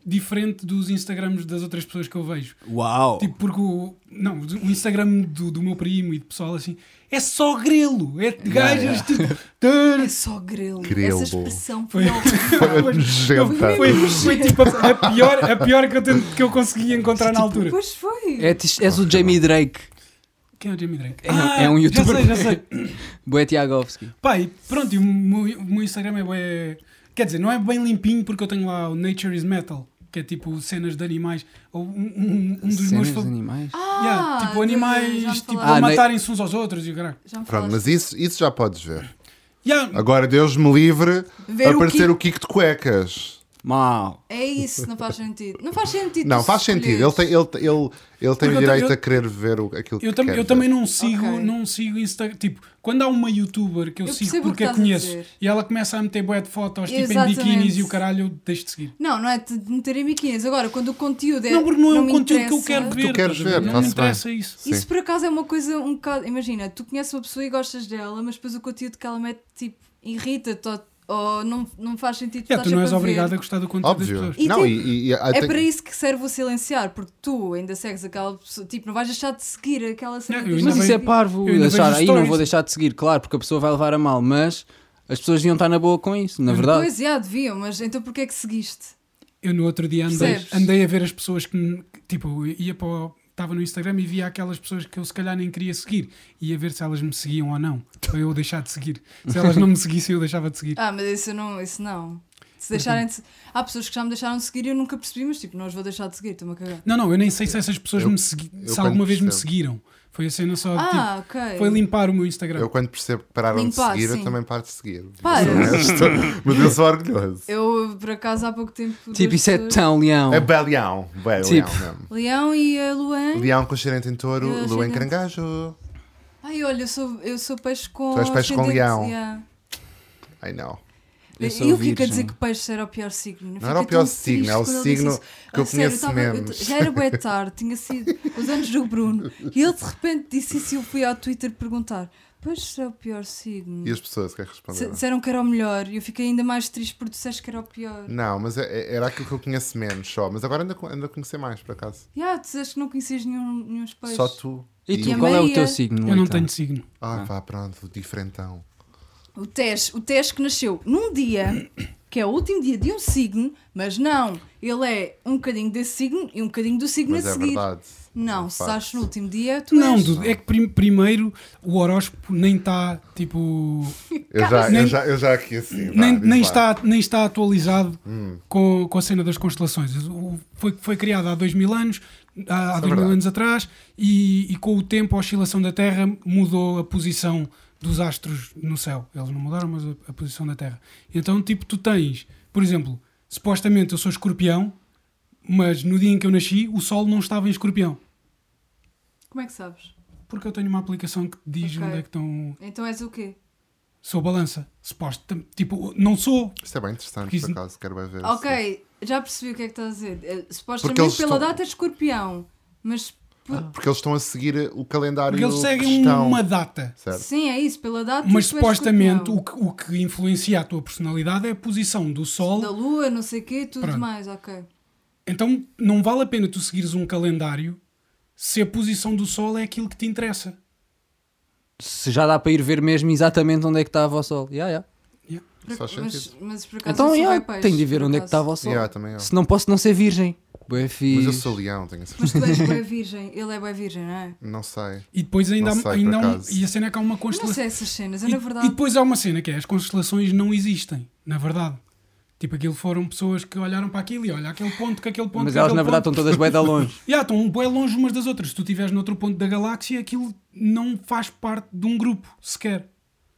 diferente dos Instagrams das outras pessoas que eu vejo. Uau. Tipo, porque o. Não, o Instagram do, do meu primo e de pessoal assim é só grelo. É de gajas (laughs) tipo. É só grelo. Grelo. Essa expressão Foi- foi (laughs) horrível. Foi nojenta. Foi, foi, tipo a, a pior, a pior que, eu tento, que eu consegui encontrar Tipo, na altura. Pois foi. É, tis- és o Jamie Drake. Quem é o Jamie Drake? É- é um youtuber. Já sei, já sei. Boé Tiagovski. Pá, e pronto, e o meu, o meu Instagram é bué- Quer dizer, não é bem limpinho porque eu tenho lá o Nature is Metal, que é tipo cenas de animais. Ou um, um- um dos meus. Cenas de fa- animais. Yeah, tipo Ah, já me animais tipo, falaste. a Ah, na- matarem-se uns aos outros e o caralho. Já me Pronto, falaste. mas isso, isso já podes ver. Yeah, Agora, Deus me livre Ver o aparecer Kiko. o Kiko de cuecas. Mal. É isso, não faz sentido. Não faz sentido. Não, tu faz sentido. Ele escolheres. tem, ele, tem- ele, ele tem Porque eu o direito tam- a querer ver o, aquilo que Eu, tam- quer eu ver. também não sigo, Ok. não sigo Instagram. Tipo, quando há uma youtuber que eu, Eu sigo percebo o porque que a estás a conheço dizer. e ela começa a meter bué de fotos, tipo Exatamente. em biquinis e o caralho, eu deixo de seguir. Não, não é de meter em biquínis. Agora, quando o conteúdo é. não, porque não é um me conteúdo que eu interessa, quero ver. queres estás a ver, Não me está-se bem. interessa isso. Sim. Isso por acaso é uma coisa um bocado. Imagina, tu conheces uma pessoa e gostas dela, mas depois o conteúdo que ela mete, tipo, irrita-te ou, ou não, não faz sentido. Yeah, É, tu estás não és sempre a ver. obrigado a gostar do conteúdo das Óbvio. pessoas. E não, tipo, e, e- e- É tem- para isso que serve o silenciar, porque tu ainda segues aquela pessoa, tipo, não vais deixar de seguir aquela cena. Não, que eu ainda tens Mas de isso vejo- é seguir. parvo. eu ainda vejo Deixar, aí não stories. vou deixar de seguir, claro, porque a pessoa vai levar a mal, mas as pessoas deviam estar na boa com isso, na verdade. Pois, já, deviam, mas então porquê é que seguiste? Eu no outro dia andei, Percebes? andei a ver as pessoas que, me- que, tipo, eu ia para o- Estava no Instagram e via aquelas pessoas que eu se calhar nem queria seguir. Ia ver se elas me seguiam ou não. Para eu deixar de seguir. Se elas não me seguissem, eu deixava de seguir. Ah, mas isso não, isso não. Se Uhum. deixarem de... Há pessoas que já me deixaram de seguir e eu nunca percebi, mas tipo, não os vou deixar de seguir, estou-me a cagar. Não, não, eu nem sei se essas pessoas Eu- me segui- eu se quando alguma vez me percebo. seguiram. Foi a cena só de, tipo, Ah, ok. foi limpar o meu Instagram. Eu quando percebo que pararam de Limpar, seguir, eu sim. também paro de seguir. Para. (laughs) Mas eu sou orgulhoso. Eu, por acaso, há pouco tempo. Tipo, duas isso é pessoas- tão leão. É Belião. Belião Tipo. mesmo. Leão e a Luan. Leão com cheirante em touro, Eu lua em cheirante. carangajo. Ai, olha, eu sou, eu sou peixe com. Tu és peixe com ascendente, leão. yeah. Ai não. Eu sou E o Kiko a virgem. dizer que peixe era o pior signo. Não era o Fiquei pior tão signo, é o triste quando ele signo disse isso. que eu A sério, conheço tava- eu menos. t- já é era bué tarde, tinha sido os anos do Bruno. E ele de repente disse isso e eu fui ao Twitter perguntar: Peixe é o pior signo. E as pessoas que Se- responderam? Disseram que era o melhor e eu fiquei ainda mais triste porque disseste que era o pior. Não, mas é- é- era aquilo que eu conheço menos só. Mas agora ando, a co- ando a conhecer mais, por acaso. Yeah, tu disseste que não conhecias nenhum, nenhum dos peixes. Só tu. E tu, E a qual é o teu Maria? signo? eu não Leitão? tenho signo. Ah, pá, pronto, diferentão. O Tejo, o Tejo que nasceu num dia, que é o último dia de um signo, mas não, ele é um bocadinho desse signo e um bocadinho do signo Mas a é seguir. verdade. Não, se Facto. estás no último dia, tu Não, és. dude, é que prim- primeiro o horóscopo nem está tipo. (laughs) Eu já, Nem- eu já, eu já aqui assim. vá, nem, diz nem lá. está, nem está atualizado Hum. com, com a cena das constelações. O- Foi, foi criado há dois mil anos, há, há é dois mil verdade. anos atrás, e, e com o tempo a oscilação da Terra mudou a posição dos astros no céu. Eles não mudaram, mas a, a posição da Terra. Então, tipo, tu tens, por exemplo, supostamente eu sou escorpião, mas no dia em que eu nasci o Sol não estava em escorpião. Como é que sabes? Porque eu tenho uma aplicação que te diz Ok. onde é que estão. Então és o quê? Sou balança. Suposto. tam- Tipo, não sou. Isto é bem interessante, Porque por isso- acaso, quero bem ver. se- Ok, já percebi o que é que estás a dizer. Eh, Porque Supostamente eles pela estão- data de escorpião, mas por- Porque eles estão a seguir o calendário Porque eles seguem cristão. uma data. Certo. sim, é isso, pela data Ah. Mas tu és supostamente escorpião. o que, o que influencia a tua personalidade é a posição do Sol. da lua, não sei o quê, tudo Pronto. mais, ok. Então não vale a pena tu seguires um calendário se a posição do Sol é aquilo que te interessa. Se já dá para ir ver mesmo exatamente onde é que estava o sol. Yeah, yeah. Yeah. Por- Faz mas, sentido. mas por acaso Então eu sou yeah, bem peixe, tenho de ir ver por onde é que acaso. estava o sol. Yeah, também eu. Se não posso não ser virgem. Bué Mas eu fixe. sou leão, tenho a certeza. Mas tu és (laughs) boa virgem, ele é boa virgem, não é? Não sei. E depois ainda, Não há- sei, ainda há por um- acaso. E a cena é que há uma Eu não constelação. sei essas cenas, eu E, na e verdade. depois há uma cena que é as constelações não existem, na verdade. Tipo, aquilo foram pessoas que olharam para aquilo e olha aquele ponto que aquele ponto. Mas que elas aquele na verdade estão ponto. todas bué (laughs) da longe. Já, estão bem longe umas das outras. Se tu estiveres noutro ponto da galáxia, aquilo não faz parte de um grupo sequer.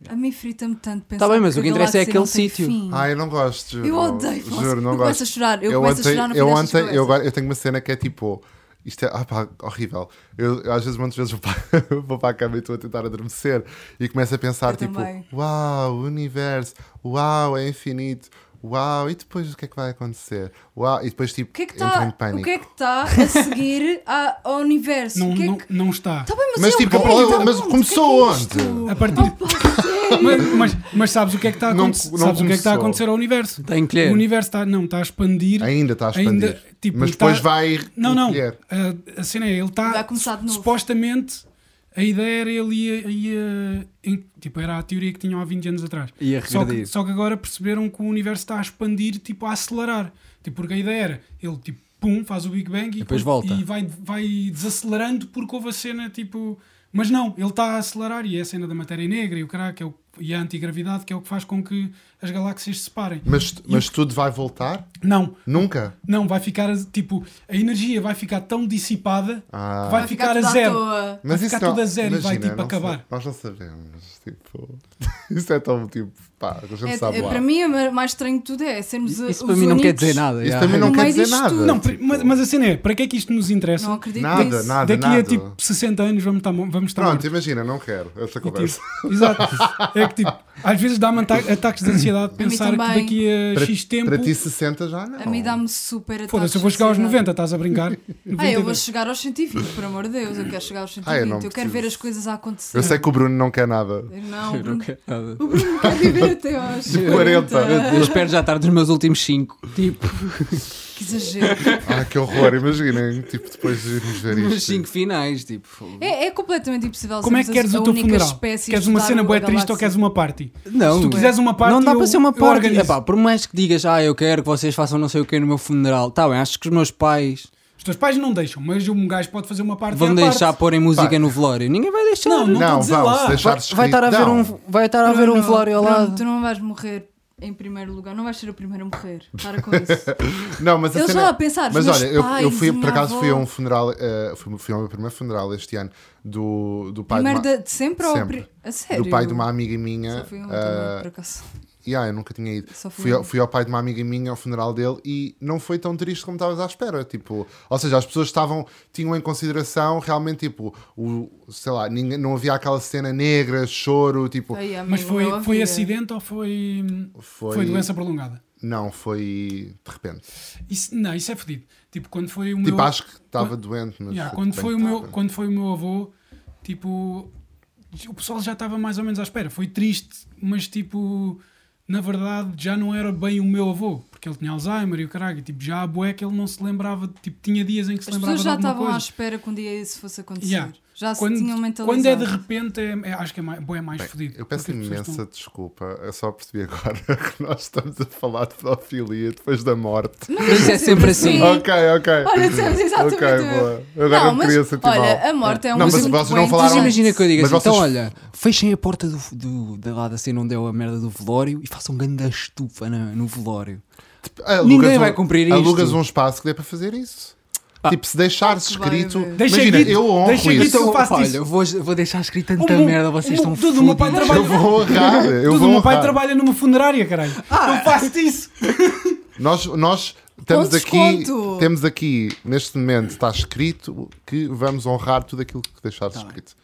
A mim frita-me tanto pensar. Tá bem, mas o que a interessa é galáxia não aquele tem sítio. fim. Ah, eu não gosto, juro. Eu odeio falar Juro, assim. não Eu gosto. começo a chorar, eu começo a ontem, chorar no fim eu, destas ontem eu, conversas. agora- eu tenho uma cena que é tipo. Isto é ah, pá, horrível. Eu, eu às vezes muitas vezes vou para, (laughs) vou para a cama e estou a tentar adormecer e começo a pensar Eu tipo, também. uau, o universo, uau, é infinito, uau, e depois o que é que vai acontecer? Uau, e depois tipo, O que é que entro em está pânico. é que tá a seguir (laughs) a- ao universo? Não, o que é não, que... não está. Tá bem, mas, Mas é tipo, o quê? olha, Então, mas onde? começou O que é que é isto? A partir- (laughs) Opa, sério? Mas, mas, mas sabes o que é que está a Não- acontecer? não sabes o que é que está a começou. acontecer ao universo? Tem que ler. O universo está, não, está a expandir. Ainda está a expandir. Ainda, tipo, mas está- depois vai. Não, não. recolher. A, a cena é, ele está. Vai começar de novo. Supostamente, a ideia era ele ia. ia- em- tipo, era a teoria que tinham há 20 anos atrás. Ia só que, regredir. só que agora perceberam que o universo está a expandir, tipo, a acelerar. Tipo, porque a ideia era ele, tipo, pum, faz o Big Bang e, Depois e volta. vai, vai desacelerando porque houve a cena, tipo. Mas não, ele está a acelerar e é a cena da matéria negra e o caraca, é o- e a antigravidade que é o que faz com que as galáxias se separem. Mas, mas tudo vai voltar? Não, Nunca? não, vai ficar tipo, a energia vai ficar tão dissipada Ah. que vai, Vai ficar, a tudo à zero. toa. Vai ficar tudo a zero e vai, tipo, não acabar. sa- Nós não sabemos, tipo, (laughs) isso é tão tipo, pá, a gente É- sabe é- lá. para mim, o mais estranho de tudo é sermos os Isso para mim não quer únicos- dizer nada. isso yeah. também é. No não quer meio dizer disto nada. tudo. Não, tipo, pre- mas, mas a cena é, para que é que isto nos interessa? Não acredito nada, nisso. nada, Daqui nada. a tipo 60 anos vamos estar, mo- vamos estar Pronto, mortos. imagina, não quero essa conversa. Tipo, exato. É que tipo, às vezes dá-me ata- ataques de ansiedade mim pensar que também. daqui a Para, X tempo. para ti 60 já não. A mim dá-me super ataques Foda-se, eu vou de chegar aos ansiedade. 90, estás (laughs) a brincar? 90 Ah, e eu vou dois. chegar aos 120, por amor de Deus. Eu quero chegar aos 120. Ah, eu eu não quero preciso. ver as coisas a acontecer. Eu sei que o Bruno não quer nada. Não, o Não (laughs) Bruno, quero nada. o Bruno quer viver até aos (laughs) 40. 40. Eu, eu espero já estar dos meus últimos 5. Tipo, Que exagero. (laughs) Ah, que horror, imaginem, tipo, depois de irmos ver nos isto. 5 finais. Tipo, É, é completamente impossível Como é que sermos queres a o teu única funeral? espécie a Queres uma estudar cena o- boa a triste ou galáxia. queres uma party? não, Se tu quiseres uma party, não dá eu- para ser uma eu parte. organizo. Epá, por mais que digas, ah, eu quero que vocês façam não sei o que no meu funeral. Tá bem, acho que os meus pais Os teus pais não deixam, mas um gajo pode fazer uma parte vão à deixar parte. pôr em música no velório. Ninguém vai deixar. Não, não, estou a Não, dizer vamos lá. deixar escrito. Vai estar a ver não. um, vai estar a ver um Bruno, velório ao Bruno, tu lado. não vais morrer em primeiro lugar. Não vais ser o primeiro a morrer. (laughs) Para com isso. Não, mas a Eles cena- é- lá a pensar, os Mas meus olha, eu, eu pais, fui, a por minha acaso, fui a avó. um funeral, eh, fui, fui ao meu primeiro funeral este ano do, do pai Primeiro de uma, de, de sempre, ou sempre. pri- a sério? do pai de uma amiga minha. Só fui um eh, também, por acaso. Yeah, eu nunca tinha ido. Só fui Fui eu. ao, fui ao pai de uma amiga minha ao funeral dele e não foi tão triste como estavas à espera. Tipo, ou seja, as pessoas estavam, tinham em consideração realmente, tipo, o, sei lá, ninguém, não havia aquela cena negra, choro, tipo. Ai, amigo, Mas eu foi, foi havia. acidente ou foi, Foi- foi doença prolongada? Não, foi de repente. Isso, não, isso é fodido. Tipo, quando foi o Tipo, meu. acho que estava doente, mas. Yeah, de quando, repente foi o meu, estava. quando foi o meu avô, tipo. O pessoal já estava mais ou menos à espera. Foi triste, mas tipo. Na verdade, já não era bem o meu avô, porque ele tinha Alzheimer e o caralho. e, Tipo, já a bué que ele não se lembrava. Tipo, tinha dias em que se As lembrava pessoas de alguma já estavam à coisa. espera que um dia isso fosse acontecer. Yeah. Já se quando, tinham mentalizado. quando é de repente, é, é- acho que é mais, bué mais fodido. Eu peço porque as pessoas imensa estão- desculpa, eu só percebi agora (laughs) que nós estamos a falar de pedofilia depois da morte. Mas isso é sempre assim. Ok, ok. (laughs) Olha, dissemos exatamente Ok, o mesmo. boa. Agora Não, eu mas, queria sentir olha, mal. a morte é um Não, mas assunto vocês bem não falaram. Mas interessante. imagina que eu diga Mas assim, então vocês- olha, fechem a porta do, do, da lá da cena onde é a merda do velório e façam um grande estufa na- no velório. Alugas Ninguém vai cumprir isto. Alugas um espaço que dê para fazer isso. Pá. Tipo, se deixares Vai escrito. haver. Deixa imagina, aqui, eu honro deixa aqui, isso. então- Eu faço olha, isso. vou, vou deixar escrito tanta O meu- merda, vocês o meu- estão tudo, o meu pai fodidos. trabalha- Eu vou honrar. Eu Tudo, vou o meu pai honrar. trabalha numa funerária, caralho. Ah, eu faço isso. Nós, nós temos Com aqui, desconto. temos aqui, neste momento, está escrito que vamos honrar tudo aquilo que deixares escrito.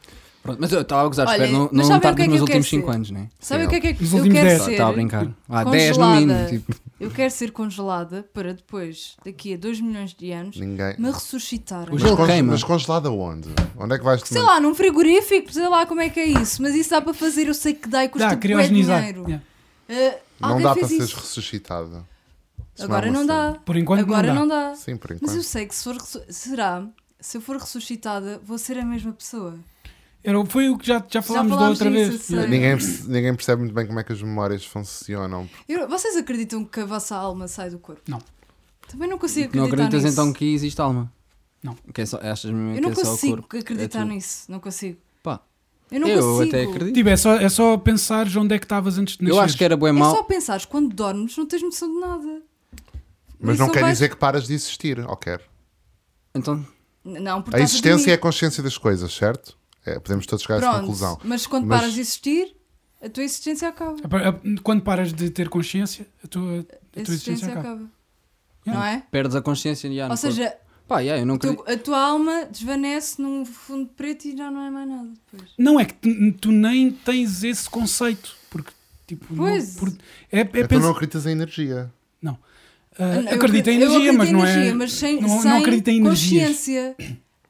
Pronto, mas eu estava a gozar, Olha, espero não, mas não sabem o estarmos que é que nos eu quero últimos 5 ser? anos, né? Sabem Sim, o que é que é que Nos eu últimos quero dez. ser? Estava a brincar. Há 10 no Congelada. mínimo. Tipo, Eu quero ser congelada para depois, daqui a 2 milhões de anos, Ninguém. me ressuscitarem. Os- Mas, Ele con- queima. mas congelada onde? Onde é que vais Sei comer? lá, num frigorífico, sei lá como é que é isso, mas isso dá para fazer, eu sei que dá e custa Dá, bué criogenizar. dinheiro. Yeah. Ah, Não alguém dá para fez seres isso. ressuscitada. Isso é Agora uma não cena. dá. Por enquanto não Agora dá. não dá. Sim, por enquanto. Mas eu sei que se for ressu- será, se eu for ressuscitada, vou ser a mesma pessoa. Era, foi o que já, já falámos da falámos outra disso, vez. eu sei. Ninguém, perce- ninguém percebe muito bem como é que as memórias funcionam. Eu- vocês acreditam que a vossa alma sai do corpo? Não. Também não consigo não acreditar acreditas nisso. então que existe alma? Não. Que é só, achas mesmo Eu não que é só o consigo corpo? acreditar é tudo. nisso, não consigo. Pá, Eu não eu consigo. até acredito. Tipo, é só, é só pensares onde é que estavas antes de nascer. Eu acho que era bem É mal. só pensares, quando dormes não tens noção de nada. Mas Isso não quer vai- dizer que paras de existir, ou quer? Então, Não, porque A estás existência é a dormir. consciência das coisas, certo? É, podemos todos chegar a essa Pronto, conclusão. Mas quando Mas- paras de existir, a tua existência acaba. é- A par- a- Quando paras de ter consciência, a tua, a A tua existência existência acaba. acaba. Não é? perdes a consciência e já no Ou seja, corpo. Pá, já, eu não tu- acredito. a tua alma desvanece num fundo preto e já não é mais nada depois. Não é que tu, tu nem tens esse conceito. Porque, tipo, não- Pois. por- é, é Então pens- não acreditas em energia. Não. Eu- Ah, eu acredito em acre- eu energia, acredito mas em não é. energia, mas sem, não- não sem acredito em energias. consciência.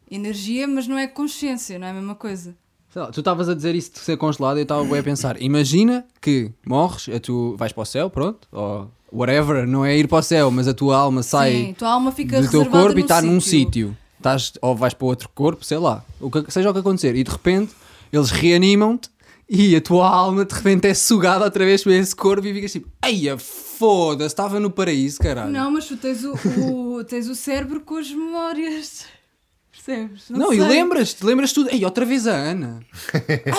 Energia, mas não é consciência, não é a mesma coisa. Sei lá, tu estavas a dizer isso de ser congelado e eu estava bué a pensar. Imagina que morres, a tu vais para o céu, pronto, ou whatever, não é ir para o céu, mas a tua alma sai Sim, a tua alma fica do teu reservada corpo e num está num sítio. Estás, ou vais para outro corpo, sei lá, o que, seja o que acontecer. E de repente eles reanimam-te e a tua alma de repente é sugada outra vez para esse corpo e ficas tipo, eia foda-se, estava no paraíso, caralho. Não, mas tu tens o, o- tens o cérebro com as memórias. Percebes? Não, e sei. lembras-te, lembras tudo. Ei, outra vez a Ana.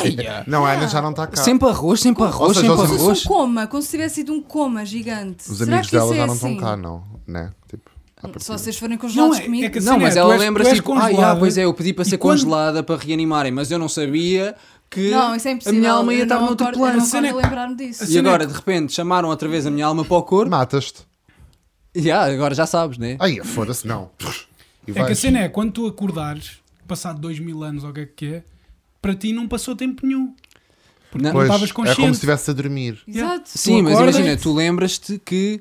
Eia. Não, a Ana já não está cá. Sempre arroz, sempre arroz, seja, sempre eles- Como se fosse arroz. um coma, como se tivesse sido um coma gigante. Os Será amigos que isso dela é já não assim? É estão cá, não. Né? Tipo, à Só partida. se vocês forem Não congelados é, comigo. é que assim, Não, é, mas tu ela és- tu lembra-se és tipo, ah, congelada." já, pois é, eu pedi para E ser quando- congelada para reanimarem, mas eu não sabia que Não, isso é a impossível. minha alma ia Eu estar não noutro acordo- plano. Eu não A cena acordo a é que- lembrar-me disso. a E cena agora, é de repente, chamaram outra vez a minha alma para o corpo. Matas-te. Já, agora já sabes, né? Ai, foda-se, não. E É que a vais. cena é, quando tu acordares, passado dois mil anos ou o que é que é, para ti não passou tempo nenhum. Porque Não, não Pois, estavas é como se consciente. estivesse a dormir. Yeah. Exato. Sim, mas acordas- imagina, tu lembras-te que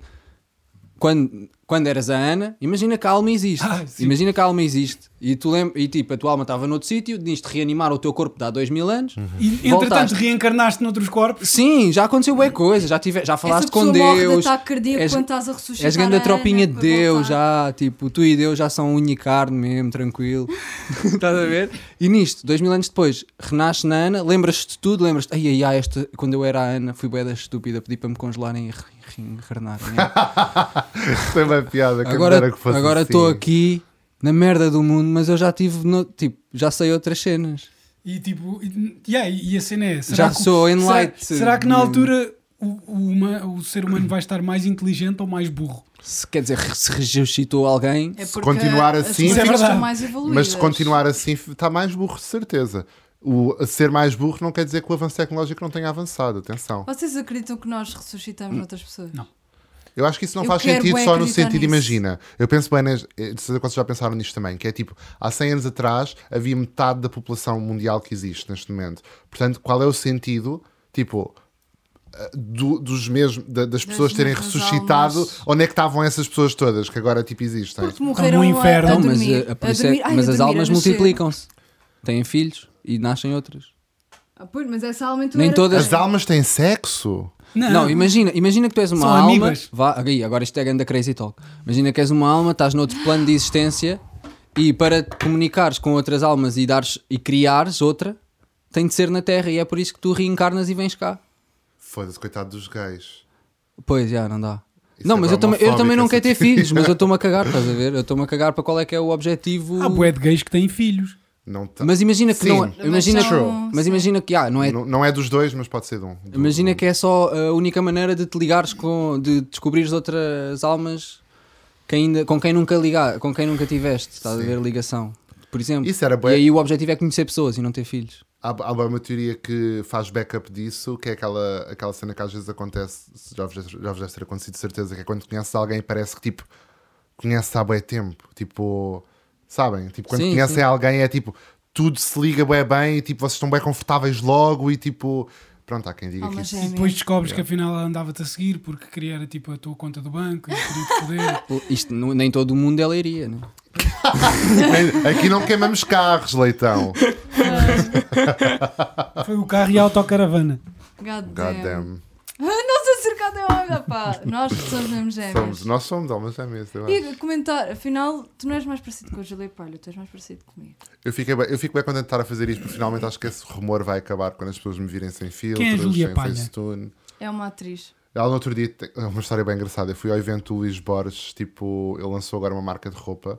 quando, quando eras a Ana, imagina que a alma (laughs) existe. Ah, sim. imagina que a alma existe. E, tu lem- e tipo, a tua alma estava noutro sítio, diz-te reanimar o teu corpo de há dois mil anos. E entretanto Voltaste. reencarnaste noutros corpos. Sim, já aconteceu boa coisa, já, tive, já falaste Essa com pessoa morre de Deus. ataque cardíaco és- quando estás a ressuscitar És grande a a tropinha Ana de para Deus, voltar. já, tipo, tu e Deus já são unha e carne mesmo, (laughs) tranquilo. Estás a ver? E nisto, dois mil anos depois, renasce na Ana, lembras-te de tudo, lembras-te, ai ai ai, esta, quando eu era a Ana, fui boeda estúpida, pedi para me congelarem e re- reencarnarem. Foi uma piada. Que agora agora que fosse agora assim. estou aqui na merda do mundo, mas eu já tive, no- tipo, já sei outras cenas. E tipo, e, yeah, e a cena é. Já que- sou será, enlightened. será que na altura o, o huma- o ser humano vai estar mais inteligente ou mais burro? Se, quer dizer, se ressuscitou alguém, É Se porque continuar as assim- pessoas Isso é verdade. estão mais evoluídas. Mas se continuar assim, está mais burro, de certeza. O a ser mais burro não quer dizer que o avanço tecnológico não tenha avançado. Atenção. Vocês acreditam que nós ressuscitamos Hum. outras pessoas? Não. Eu acho que isso não Eu faz quero sentido bué só no acreditar sentido, nisso. imagina. Eu penso bem, nas, eh, de certeza que vocês já pensaram nisto também, que é tipo, há 100 anos atrás havia metade da população mundial que existe neste momento. Portanto, qual é o sentido, tipo, eh, do- dos mesmos, da- das pessoas terem mesmas ressuscitado? almas. Onde é que estavam essas pessoas todas que agora, tipo, existem? Porque morreram no inferno. a, a Tá Não, mas, dormir. eh, a por isso é- dormir- Ai, mas a as dormir, almas a nascer. multiplicam-se. Têm filhos e nascem outras. Ah, pois, mas essa alma então Nem era- todas- As almas têm sexo? Não, imagina, imagina que tu és uma São alma. amigas. Vá, aí, agora isto é grande crazy talk. Imagina que és uma alma, estás noutro plano de existência e para te comunicares com outras almas e dares e criares outra, tem de ser na Terra e é por isso que tu reencarnas e vens cá. Foda-se, coitado dos gays. Pois, já, não dá. Isso não, é mas eu, também- eu também não homofóbico, quero ter essa (laughs) filhos, mas eu estou-me a cagar, estás a ver? Eu estou-me a cagar para qual é que é o objetivo. Há bué de gays que têm filhos. Não, Ah, tá- mas imagina que Sim. não. é- Imagina, Mas que- são- mas imagina que ah, não é não, não é dos dois, mas pode ser de um. Do- Imagina que é só a única maneira de te ligares com. de descobrires outras almas que ainda, com quem nunca ligar, com quem nunca tiveste, estás a ver ligação. Por exemplo. Isso era bué. E aí o objetivo é conhecer pessoas e não ter filhos. Há, há uma teoria que faz backup disso, que é aquela, aquela cena que às vezes acontece, se já vos, já vos deve ter acontecido de certeza, que é quando conheces alguém parece que tipo conheces há bem tempo. Tipo, sabem? Tipo, quando Sim, conhecem sim. alguém é tipo, tudo se liga bem bem e tipo, vocês estão bem confortáveis logo e tipo. Pronto, há quem diga que (laughs) Alma isso. E gêmea. depois descobres que afinal ela andava-te a seguir porque queria era, tipo a tua conta do banco e queria-te (laughs) poder. O- Isto nu- nem todo mundo ela iria, né? é- Aqui não queimamos carros, leitão. Foi o carro e a autocaravana. God, God damn. damn. Nossa, cercada é onda, pá. Nós somos mesmo gêmeos. Somos, nós somos almas gêmeas, eu acho. E comentar, afinal, tu não és mais parecido com o Júlio Palho, tu és mais parecido comigo. Eu, fiquei bem, eu fico bem contente de estar a fazer isto, porque finalmente acho que esse rumor vai acabar quando as pessoas me virem é sem filtros, Júlia sem Palha? facetune. É uma atriz. Ela no outro dia, te- é uma história bem engraçada. Eu fui ao evento do Luís Borges, tipo, ele lançou agora uma marca de roupa.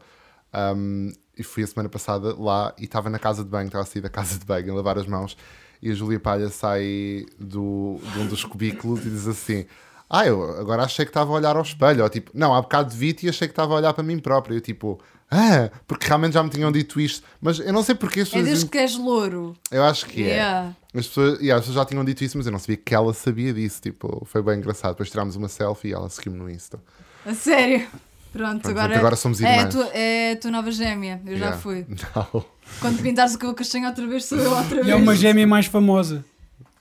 um, e fui a semana passada lá e estava na casa de banho, estava a sair da casa de banho a lavar as mãos. E a Júlia Palha sai do, de um dos cubículos e diz assim: Ah, eu agora achei que estava a olhar ao espelho. Ou tipo, não, há bocado vi-te e achei que estava a olhar para mim própria. Eu tipo, ah, porque realmente já me tinham dito isto. Mas eu não sei porque as É pessoas. desde que és louro. Eu acho que é. Yeah. As pessoas, yeah, as pessoas já tinham dito isso, mas eu não sabia que ela sabia disso. Tipo, foi bem engraçado. Depois tirámos uma selfie e ela seguiu-me no Insta. A sério. Pronto, Pronto, agora, agora somos é a, irmãs. tua, é a tua nova gêmea. Eu já Yeah. (laughs) fui. Não. Quando pintares o cabelo castanho outra vez, sou eu outra E é uma vez. gêmea mais famosa.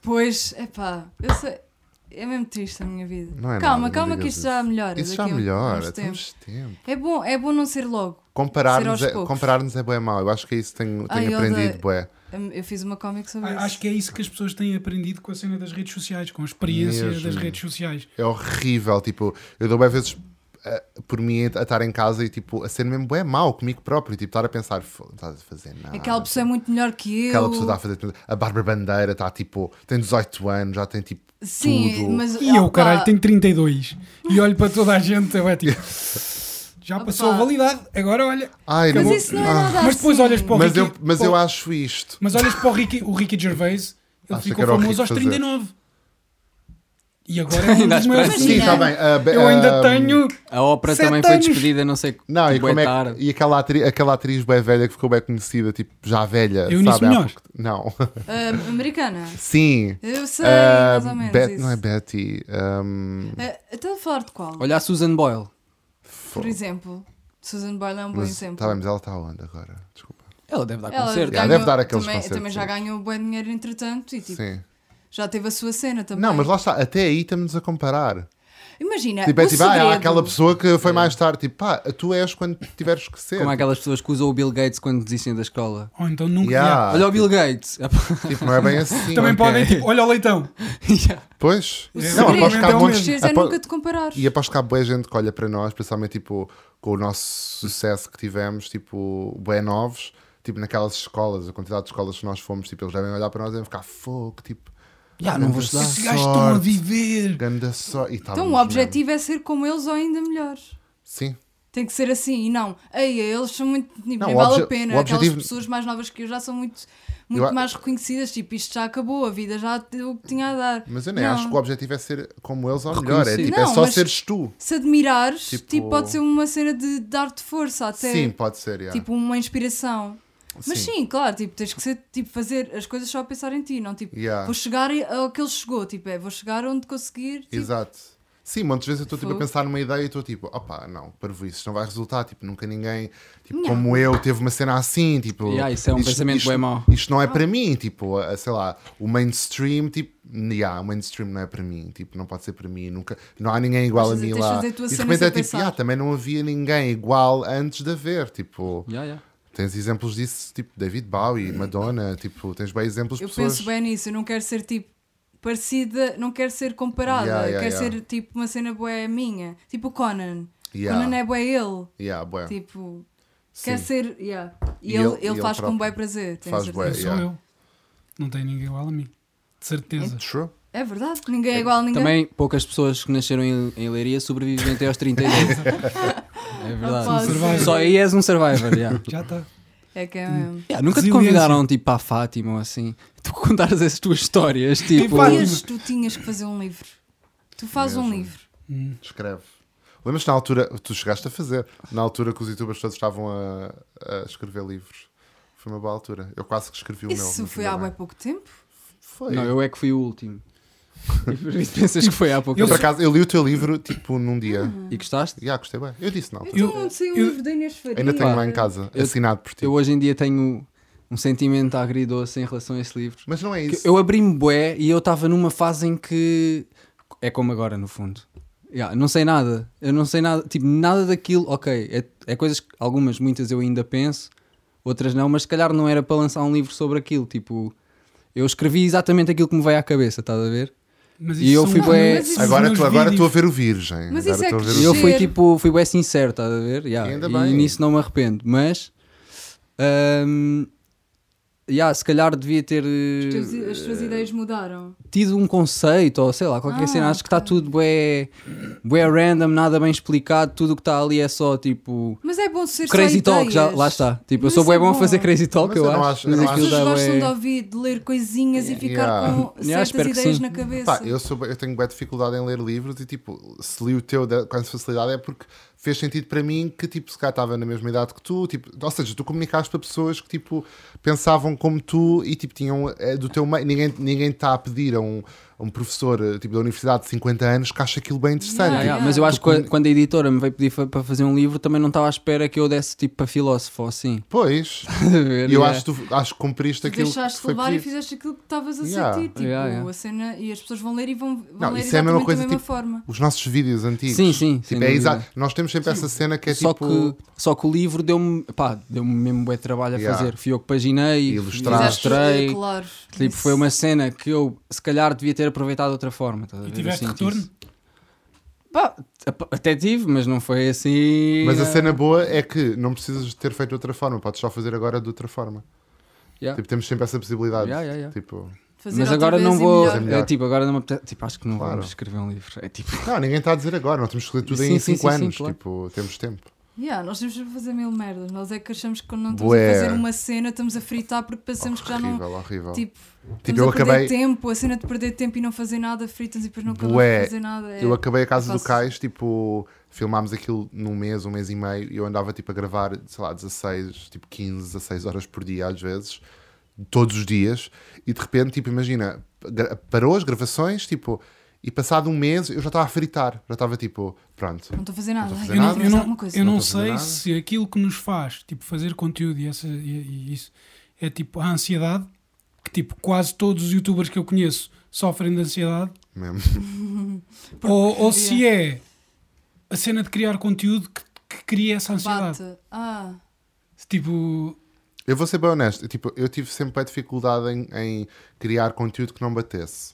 Pois, é pá, eu sei. É mesmo triste a minha vida. Não é calma, nada, não calma, que digas isto já melhora. Isso já daqui a uns melhora. tempos. Temos tempo. É bom, é bom não ser logo. Comparar-nos Ser aos é, poucos. comparar-nos é bué mau. Eu acho que é isso que tenho, Ai, tenho eu aprendido, odeio. bué. Hum, Eu fiz uma cómic sobre A- isso. Acho que é isso que as pessoas têm aprendido com a cena das redes sociais, com a experiência Mesmo. das redes sociais. É horrível. Tipo, eu dou bué vezes eh, por mim a estar em casa e tipo, a ser mesmo bué mau comigo próprio. Tipo, estar a pensar, "Fo- não estás a fazer nada. Aquela pessoa é muito melhor que eu. Aquela pessoa está a fazer tudo. A Bárbara Bandeira está tipo, tem 18 anos, já tem tipo Sim, tudo. mas. E eu, opa, caralho, tenho 32. E olho para toda a gente, eu é tipo. Já passou a Opa. validade, agora olha. Ai, Mas não- isso não é Ah. nada Mas depois assim. olhas para o mas Ricky. eu, mas para o- eu acho isto. Mas olhas para o Ricky, o Ricky Gervais, ele Acha que ficou era o famoso aos Ricky fazer. 39. E agora é um dos maiores. Sim, Sim, Imagina. está bem. ah, be- Eu ainda ah, tenho. A ópera Sete também foi anos. despedida, não sei Não, e, Tipo, bué como é que- tarde. e aquela atriz, aquela atriz bem velha que ficou bem conhecida, tipo, já velha, Eunice sabe? Há Munhoz. pouco- Não. (laughs) ah, americana. Sim. Eu sei, Ah, mais ou menos. Bet- isso. Não é Betty. um, ahm, Ah, até a falar de qual? Olha a Susan Boyle. Por exemplo, Susan Boyle é um bom mas, exemplo. tá bem, mas ela está onde agora? Desculpa. Ela deve dar Ela concerto. ganha- deve dar aqueles também, concertos, também já sim. ganhou bom dinheiro entretanto e tipo, Sim. já teve a sua cena também. Não, mas lá está, até aí estamos a comparar. Imagina, Tipo, o é tipo, ah, segredo- É. há aquela pessoa que foi mais tarde. Tipo, pá, tu és quando tiveres que ser. Como aquelas pessoas que usam o Bill Gates quando desistem da escola. Ou então é? nunca. Yeah, Olha o Bill Gates. (laughs) Tipo, não é bem assim. Também ok. podem, tipo, olha o leitão. Pois. O Não, segredo aposto que há para montes- cresceres é apo- nunca te comparar. E aposto que há boa gente que olha para nós, principalmente tipo, com o nosso sucesso que tivemos, tipo, bem novos, tipo naquelas escolas, a quantidade de escolas que nós fomos, tipo, eles devem olhar para nós e devem ficar fogo, tipo, Já, não vou estudar. Esses gajos estão a Sorte. viver. ganda só. E estávamos Então o mesmo. objetivo é ser como eles ou ainda melhores. Sim. Tem que ser assim e não. Ei, eles são muito. tipo, Nem Não, o vale obje- a pena. o Aquelas objetivo- pessoas mais novas que eu já são muito, muito a- mais reconhecidas. Tipo, isto já acabou, a vida já deu o que tinha a dar. Mas eu nem Não. acho que o objetivo é ser como eles ou melhor. É, Reconhecido. tipo, é Não, só mas- seres tu. Se admirares, tipo... Tipo- pode ser uma cena de dar-te força até. Sim, pode ser. Yeah. Tipo, uma inspiração. Mas Sim. sim, claro, tipo, tens que ser, tipo, fazer as coisas só a pensar em ti, não tipo, Yeah. vou chegar ao que ele chegou, tipo, é, vou chegar onde conseguir. tipo, Exato. Sim, muitas vezes eu estou tipo, a Fogo. pensar numa ideia e estou tipo, opá, não, para isso não vai resultar. Tipo, nunca ninguém, tipo, Não. como eu, teve uma cena assim. Tipo, Yeah, isso é um pensamento isto, bué mau. Isto não é Ah. para mim. Tipo, a- a- sei lá, o mainstream, tipo, yeah, o mainstream não é para mim. Tipo, não pode ser para mim. Nunca, não há ninguém igual a Tens de- mim tens de lá. fazer E a tua de cena repente sem é tipo, pensar. yeah, também não havia ninguém igual antes de haver. Tipo, Já, já. tens exemplos disso, tipo, David Bowie, Madonna. Tipo, tens bem exemplos de Eu pessoas. penso bem nisso, eu não quero ser tipo parecida, não quero ser comparada, Yeah, yeah, quero yeah. ser tipo uma cena boé minha, tipo o Conan. Yeah. Conan é boé ele, Yeah, bué. tipo, Sim. quer ser, yeah. E, E ele, ele- ele e ele faz com próprio. boé prazer, tenho Faz certeza. Eu sou Yeah. eu. Não tem ninguém igual a mim. De certeza. True. É verdade, ninguém é igual a ninguém. Também poucas pessoas que nasceram em, em Leiria sobrevivem até aos 32. é Ah, pá, verdade. sim. Survivor. Só aí és um survivor. já. Já tá. está. É que é um mesmo. Já, nunca te Resiliência. convidaram tipo para a Fátima ou assim. Tu contares as tuas histórias, tipo. Fátima. Dias tu tinhas que fazer um livro. Tu fazes um um Mesmo. livro. Hum. Escreve. Lembras-te na altura, tu chegaste a fazer, na altura que os youtubers todos estavam a, a escrever livros. Foi uma boa altura. Eu quase que escrevi o meu. Isso não foi tinha há bem. bem pouco tempo. Foi. Não, eu é que fui o último. (laughs) E por isso pensas que foi há pouco Eu, por tempo. acaso, eu li o teu livro tipo num dia. Uhum. E gostaste? E ah, gostei bem. Eu disse na altura. Eu- Então não sei o eu- livro da Inês Faria. Ainda tenho Pá, lá em casa, eu- assinado por ti. Eu hoje em dia tenho um sentimento agridoce em relação a esse livro. Mas não é Que isso. Eu abri-me bué e eu estava numa fase em que. É como agora, no fundo. Ya, não sei nada. Eu não sei nada. Tipo, nada daquilo. Ok, é, é coisas que algumas, muitas eu ainda penso, outras não, mas se calhar não era para lançar um livro sobre aquilo. Tipo, eu escrevi exatamente aquilo que me veio à cabeça, estás a ver? Mas E eu são fui os bué- meus- Mas isso- Agora os tu- meus agora estou a ver vídeos. o virgem. Mas Agora isso é estou a ver que o E eu fui Giro. tipo, fui bem sincero, estás a ver? Ya, Ainda e bem. nisso não me arrependo, mas hum, ya, se calhar devia ter eh, Os teus- As tuas ideias mudaram. tido um conceito ou sei lá, qualquer Ah, cena. Acho que está ok. tudo bué, bué random, nada bem explicado. Tudo o que está ali é só tipo Mas é bom ser só crazy talk. ideias. Já, lá está. Tipo, eu Mas sou isso bué é bom a bom. fazer crazy talk, Mas eu, eu não acho- acho. eu mas não As acho- aquilo pessoas dá gostam bué- de ouvir, de ler coisinhas e ficar Yeah. com Yeah, certas espero que ideias sim. na cabeça. Pá, eu, sou- eu tenho bem dificuldade em ler livros e tipo, se li o teu da- com essa facilidade é porque fez sentido para mim que tipo, se cá estava na mesma idade que tu, tipo, ou seja, tu comunicaste para pessoas que tipo, pensavam como tu e tipo, tinham eh, do teu meio. Ninguém está a pedir a um, a um professor eh, tipo, da universidade de 50 anos que acha aquilo bem interessante. Ah, Yeah, Tipo, yeah, Mas eu acho que quando- quando a editora me veio pedir fa- para fazer um livro, também não estava à espera que eu desse tipo para filósofo ou assim. (laughs) é. Pois, Estás a ver? e eu Ya. acho que tu acho que cumpriste aquilo. que deixaste foi levar pedido. e fizeste aquilo que estavas a Yeah. sentir. Tipo, Yeah, yeah. a cena. E as pessoas vão ler e vão, vão Não, ler isso é a mesma exatamente coisa, da mesma tipo, forma. Os nossos vídeos antigos. Sim, sim, sem Tipo, é dúvida. exa- Nós temos sempre essa cena que é só, tipo. que, só que o livro deu-me pá, deu-me mesmo bué trabalho a Yeah. fazer. Fui eu que paginei, Ilustraste. ilustrei. Fizeste, claro. Tipo, Isso. foi uma cena que eu se calhar devia ter aproveitado de outra forma. estás a E ver? tiveste Eu senti retorno? isso. Pá, ap- até tive, mas não foi assim. Mas a eh, cena boa é que não precisas de ter feito de outra forma, podes só fazer agora de outra forma. Yeah. Tipo, temos sempre essa possibilidade. Yeah, yeah, yeah. Tipo, Fazer Mas outra agora vez não e vou. melhor. É melhor. eh, tipo, agora não me apetece. Tipo, acho que não Claro. vamos escrever um livro. É tipo. não, ninguém está a dizer agora, nós temos que ler tudo Sim, em sim, 5 sim, sim, anos. claro. Tipo, temos tempo. Yeah, nós temos de fazer mil merdas. Nós é que achamos que quando não estamos Bué. a fazer uma cena, estamos a fritar porque pensamos que já não. horrível, horrível. Tipo, Tipo, estamos eu a perder acabei- tempo, a cena de perder tempo e não fazer nada, fritas e depois não acabamos Bué. de fazer nada. É. eu acabei a casa do faço- Cais, tipo, filmámos aquilo num mês, um mês e meio, e eu andava tipo a gravar, sei lá, 16, tipo 15, 16 horas por dia às vezes, todos os dias, e de repente, tipo, imagina, gra- parou as gravações, tipo, e passado um mês eu já estava a fritar, já estava tipo, pronto. Não estou a fazer nada. estou a Ai, fazer Eu não, nada. vou eu fazer não- alguma coisa. eu não Não estou a fazer sei nada. se aquilo que nos faz tipo, fazer conteúdo e, essa- e- e isso é tipo a ansiedade, que tipo quase todos os youtubers que eu conheço sofrem de ansiedade, Mesmo. (laughs) ou, ou se é a cena de criar conteúdo que, que cria essa ansiedade. Bate. Ah, Tipo, Eu vou ser bem honesto, tipo, eu tive sempre a dificuldade em, em criar conteúdo que não batesse.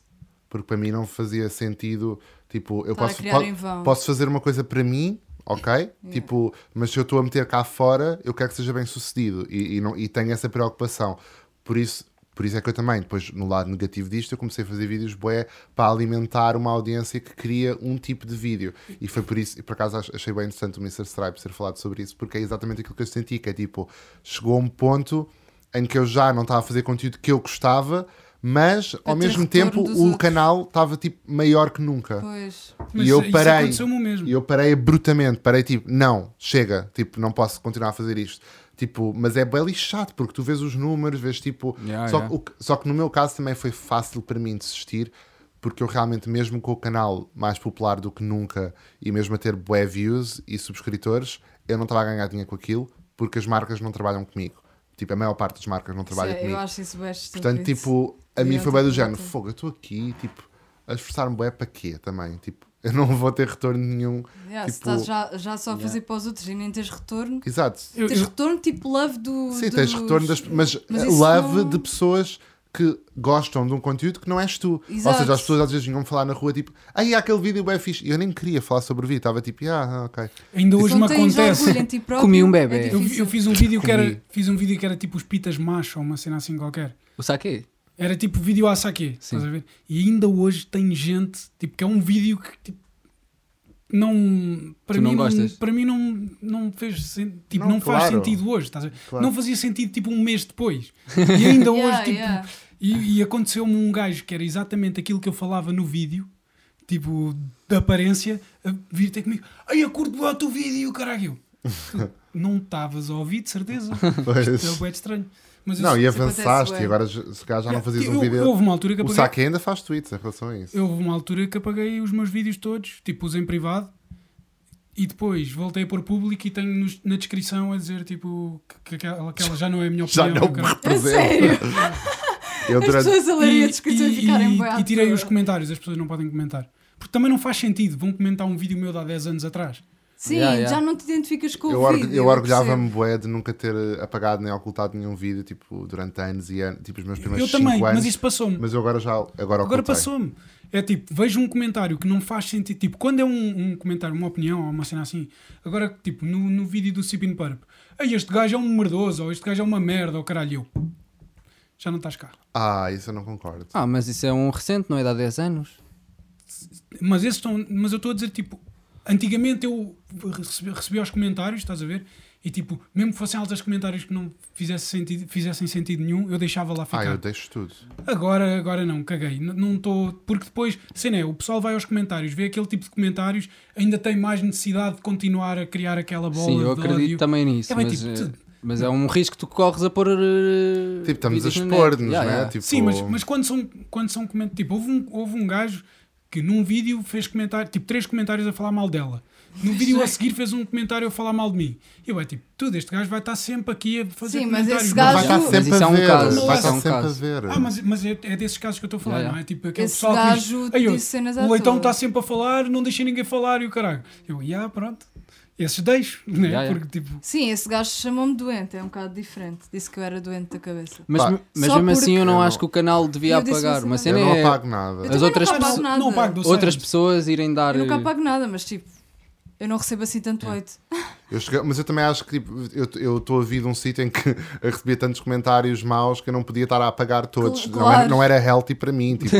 Porque para mim não fazia sentido, tipo, eu Estar a posso, criar po- em vão. posso fazer uma coisa para mim, ok? Tipo, mas se eu estou a meter cá fora, eu quero que seja bem sucedido e, e não, e tenho essa preocupação. Por isso, por isso é que eu também, depois, no lado negativo disto, eu comecei a fazer vídeos bué para alimentar uma audiência que queria um tipo de vídeo. E foi por isso, e por acaso ach- achei bem interessante o Mr. Stripe ser falado sobre isso, porque é exatamente aquilo que eu senti, que é tipo, chegou a um ponto em que eu já não estava a fazer conteúdo que eu gostava, mas ao ter mesmo retorno tempo o dos outros. canal estava tipo maior que nunca. pois. mas E eu isso parei. aconteceu-me o mesmo. E eu parei abruptamente, parei tipo, não, chega, tipo, não posso continuar a fazer isto. Tipo, mas é bem lixado, porque tu vês os números, vês tipo. Yeah, só, yeah. que o que- só que no meu caso também foi fácil para mim desistir, porque eu realmente, mesmo com o canal mais popular do que nunca, e mesmo a ter bué views e subscritores, eu não estava a ganhar dinheiro com aquilo, porque as marcas não trabalham comigo. Tipo, a maior parte das marcas não Isso trabalha é- comigo. eu acho isso bem estúpido. Portanto, tipo, a mim Yeah, foi bem do tipo, género, volta. fogo, eu estou aqui, tipo, a esforçar-me bué para quê também? Tipo, eu não vou ter retorno nenhum. Yeah, se tipo, estás já, já só a fazer para os outros e nem tens retorno. Exato. Eu- Tens eu- retorno tipo love do. Sim, dos- tens retorno das... Mas, Mas isso love não- de pessoas que gostam de um conteúdo que não és tu. Exato. Ou seja, as pessoas às vezes vinham falar na rua, tipo, aí há aquele vídeo bem fixe. E eu nem queria falar sobre o vídeo, estava tipo, ah, ah, (laughs) ok. ainda Se hoje me não Então tens acontece. orgulho em ti próprio, Comi um bebê. é Eu, difícil. eu fiz um vídeo que era Comi. fiz um vídeo que era tipo os pitas macho ou uma cena assim qualquer. O saque? Era tipo vídeo a saque, estás a ver? E ainda hoje tem gente, tipo, que é um vídeo que tipo, não para Tu mim não gostas? para mim não não fez sen- tipo, Não, não, faz claro. sentido hoje, estás a ver? Claro. Não fazia sentido tipo um mês (laughs) depois. E ainda hoje Yeah, tipo yeah. e, e aconteceu-me um gajo que era exatamente aquilo que eu falava no vídeo, tipo da aparência, a vir ter comigo, ai, eu curto bué o teu (laughs) vídeo, caralho. Tu não estavas a ouvir, de certeza. Isto é Pois. bué estranho. Mas eu Não, e isso acontece avançaste, bué. e agora se calhar já não fazias eu, um vídeo. Houve uma altura que O apaguei. Saki ainda faz tweets em relação a isso. Houve uma altura que apaguei os meus vídeos todos, tipo, os em privado. E depois voltei a pôr público e tenho nos- na descrição a dizer tipo que, que aquela, aquela já não é a minha Já opinião. não me cara. A representa. sério. (laughs) Eu As durante. pessoas a lerem a descrição e ficarem bem à e tirei toa. os comentários, as pessoas não podem comentar. Porque também não faz sentido, vão comentar um vídeo meu de há 10 anos atrás. Sim, Yeah, yeah. já não te identificas com Eu, o org- vídeo. eu orgulhava-me percebo. bué de nunca ter eh, apagado nem ocultado nenhum vídeo tipo, durante anos e anos, tipo os meus eu primeiros 5 também, anos. mas isso passou-me. Mas eu agora já agora, Agora ocultei. passou-me. É tipo, vejo um comentário que não faz sentido. Tipo, quando é um, um comentário, uma opinião ou uma cena assim, agora, tipo, no, no vídeo do Sipping Purp, Ei, este gajo é um merdoso, ou este gajo é uma merda, ou caralho, eu. Já não estás cá. Ah, isso eu não concordo. Ah, mas isso é um recente, não é de há 10 anos? Mas, esses estão, mas eu estou a dizer, tipo, antigamente eu recebi, recebi os comentários, estás a ver? E tipo, mesmo que fossem altas comentários que não fizesse sentido, fizessem sentido nenhum, eu deixava lá Ah, ficar. eu deixo tudo. Agora, agora não, caguei. N- Não estou. Porque depois, sei lá, o pessoal vai aos comentários, vê aquele tipo de comentários, ainda tem mais necessidade de continuar a criar aquela bola. Sim, eu de acredito ódio. também nisso. É bem, mas, tipo, eh, tudo. mas é um risco que tu corres a pôr. eh, Tipo, estamos a vídeos na net. expor-nos, Yeah, né? yeah. Tipo, Sim, mas, mas quando são, quando são comentários. Tipo, houve um, houve um gajo que num vídeo fez comentário, tipo, três comentários a falar mal dela. No vídeo a seguir fez um comentário a falar mal de mim. E eu é tipo, tudo, este gajo vai estar sempre aqui a fazer Sim, mas comentários. esse não Mas gajo- vai estar Mas sempre isso é a um ver. caso, Vai isso é estar um sempre a caso. ver. Ah, mas, mas é, é desses casos que eu estou a falar, Yeah, não é? Tipo, aquele Esse pessoal gajo que diz, "Ei, disse cenas à o leitão toa." está sempre a falar, não deixa ninguém falar e o caralho. Eu, yeah, pronto, esses deixo, né? Yeah, yeah. Porque tipo, Sim, esse gajo chamou-me doente, é um bocado diferente. Disse que eu era doente da cabeça. Mas, Pá, me- mas só mesmo assim porque- eu não Eu acho que o canal devia Eu disse apagar. assim, isso Uma Eu cena não é apago nada. as outras nunca apago pessoas- nada. não pago do outras silent. pessoas irem dar. Eu nunca eh, pago nada, mas tipo, eu não recebo assim tanto oito. Eu cheguei- mas eu também acho que tipo, eu- eu estou a vir de um sítio em que (laughs) eu recebia tantos comentários maus que eu não podia estar a apagar todos. Cl- Não, era, claro. não era healthy para mim. Tipo,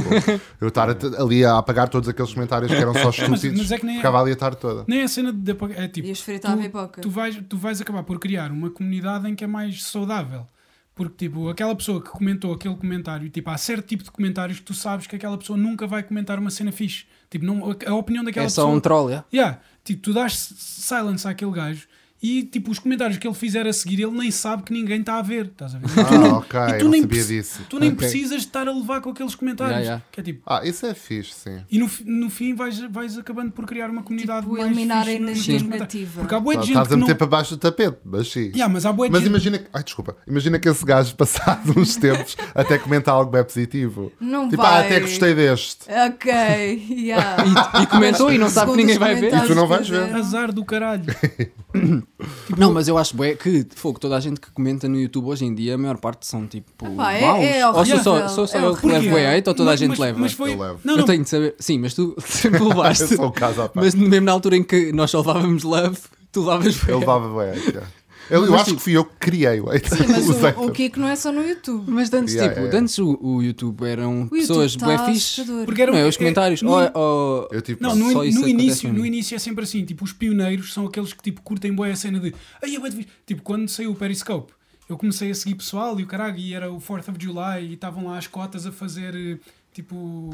eu estar a- ali a apagar todos aqueles comentários que eram só (laughs) Mas- estúpidos. mas é que nem é- Ficava ali a tarde toda. nem a cena de apagar. É tipo, E as fritas à tu- pipoca. tu vais, tu vais acabar por criar uma comunidade em que é mais saudável. Porque, tipo, aquela pessoa que comentou aquele comentário, tipo, há certo tipo de comentários que tu sabes que aquela pessoa nunca vai comentar uma cena fixe. Tipo, não, a- a opinião daquela É pessoa. só um troll, yeah. Yeah. Tipo, tu dás silence àquele gajo e tipo, os comentários que ele fizer a seguir, ele nem sabe que ninguém está a ver. Estás a ver? Ah, E tu não- ok, e eu nem sabia preci- disso. Tu nem Ok. precisas de estar a levar com aqueles comentários. Yeah, yeah. Que é tipo, Ah, isso é fixe, sim. e no, fi- no fim vais, vais acabando por criar uma comunidade Tipo, mais eliminar fixe a nos- nos energia comentários. negativa. Porque há boa de gente Tá, Estás que a não... meter para baixo do tapete, mas sim. Yeah, mas há boa de Mas gente- imagina que. Ai, desculpa. Imagina que esse gajo, passado uns (laughs) tempos, até comenta algo bem positivo. Não tipo, ah, vai. até gostei deste. Ok, yeah. (laughs) E comentou e não sabe que Segundo ninguém os vai ver. comentários E tu não vais que ver. fizeram. é Azar do (laughs) caralho. Não, mas eu acho bué que, fogo, toda a gente que comenta no YouTube hoje em dia, a maior parte são tipo. Epá, é- maus. é ou sou só, horrível, sou só é eu que levo horrível. bué hate ou toda a Mas- gente mas- leva? Mas foi... Eu levo. Não, não. Eu tenho de saber. Sim, mas tu (laughs) sempre levaste. (laughs) Eu sou um caso à parte. mas mesmo na altura em que nós só levávamos love, tu levavas bué. Eu levava (laughs) bué. yeah. Eu, eu Mas, acho tipo- que fui eu que criei o hate. (laughs) Sim, mas Os haters. o, o Kiko não é só no YouTube. Mas de antes, Yeah, tipo, yeah. de antes o, o YouTube eram O YouTube pessoas tá bué fixe. assustador. Porque eram- Não, é os comentários. é- no- ou, ou- Eu, tipo, Não, Pronto, no, só in- isso no acontece início, mesmo. no início é sempre assim, tipo, os pioneiros são aqueles que tipo, curtem boa a cena de "Ai, eu vou te ver." tipo, quando saiu o Periscope, eu comecei a seguir pessoal e o caralho, e era o 4th of July e estavam lá as cotas a fazer eh, tipo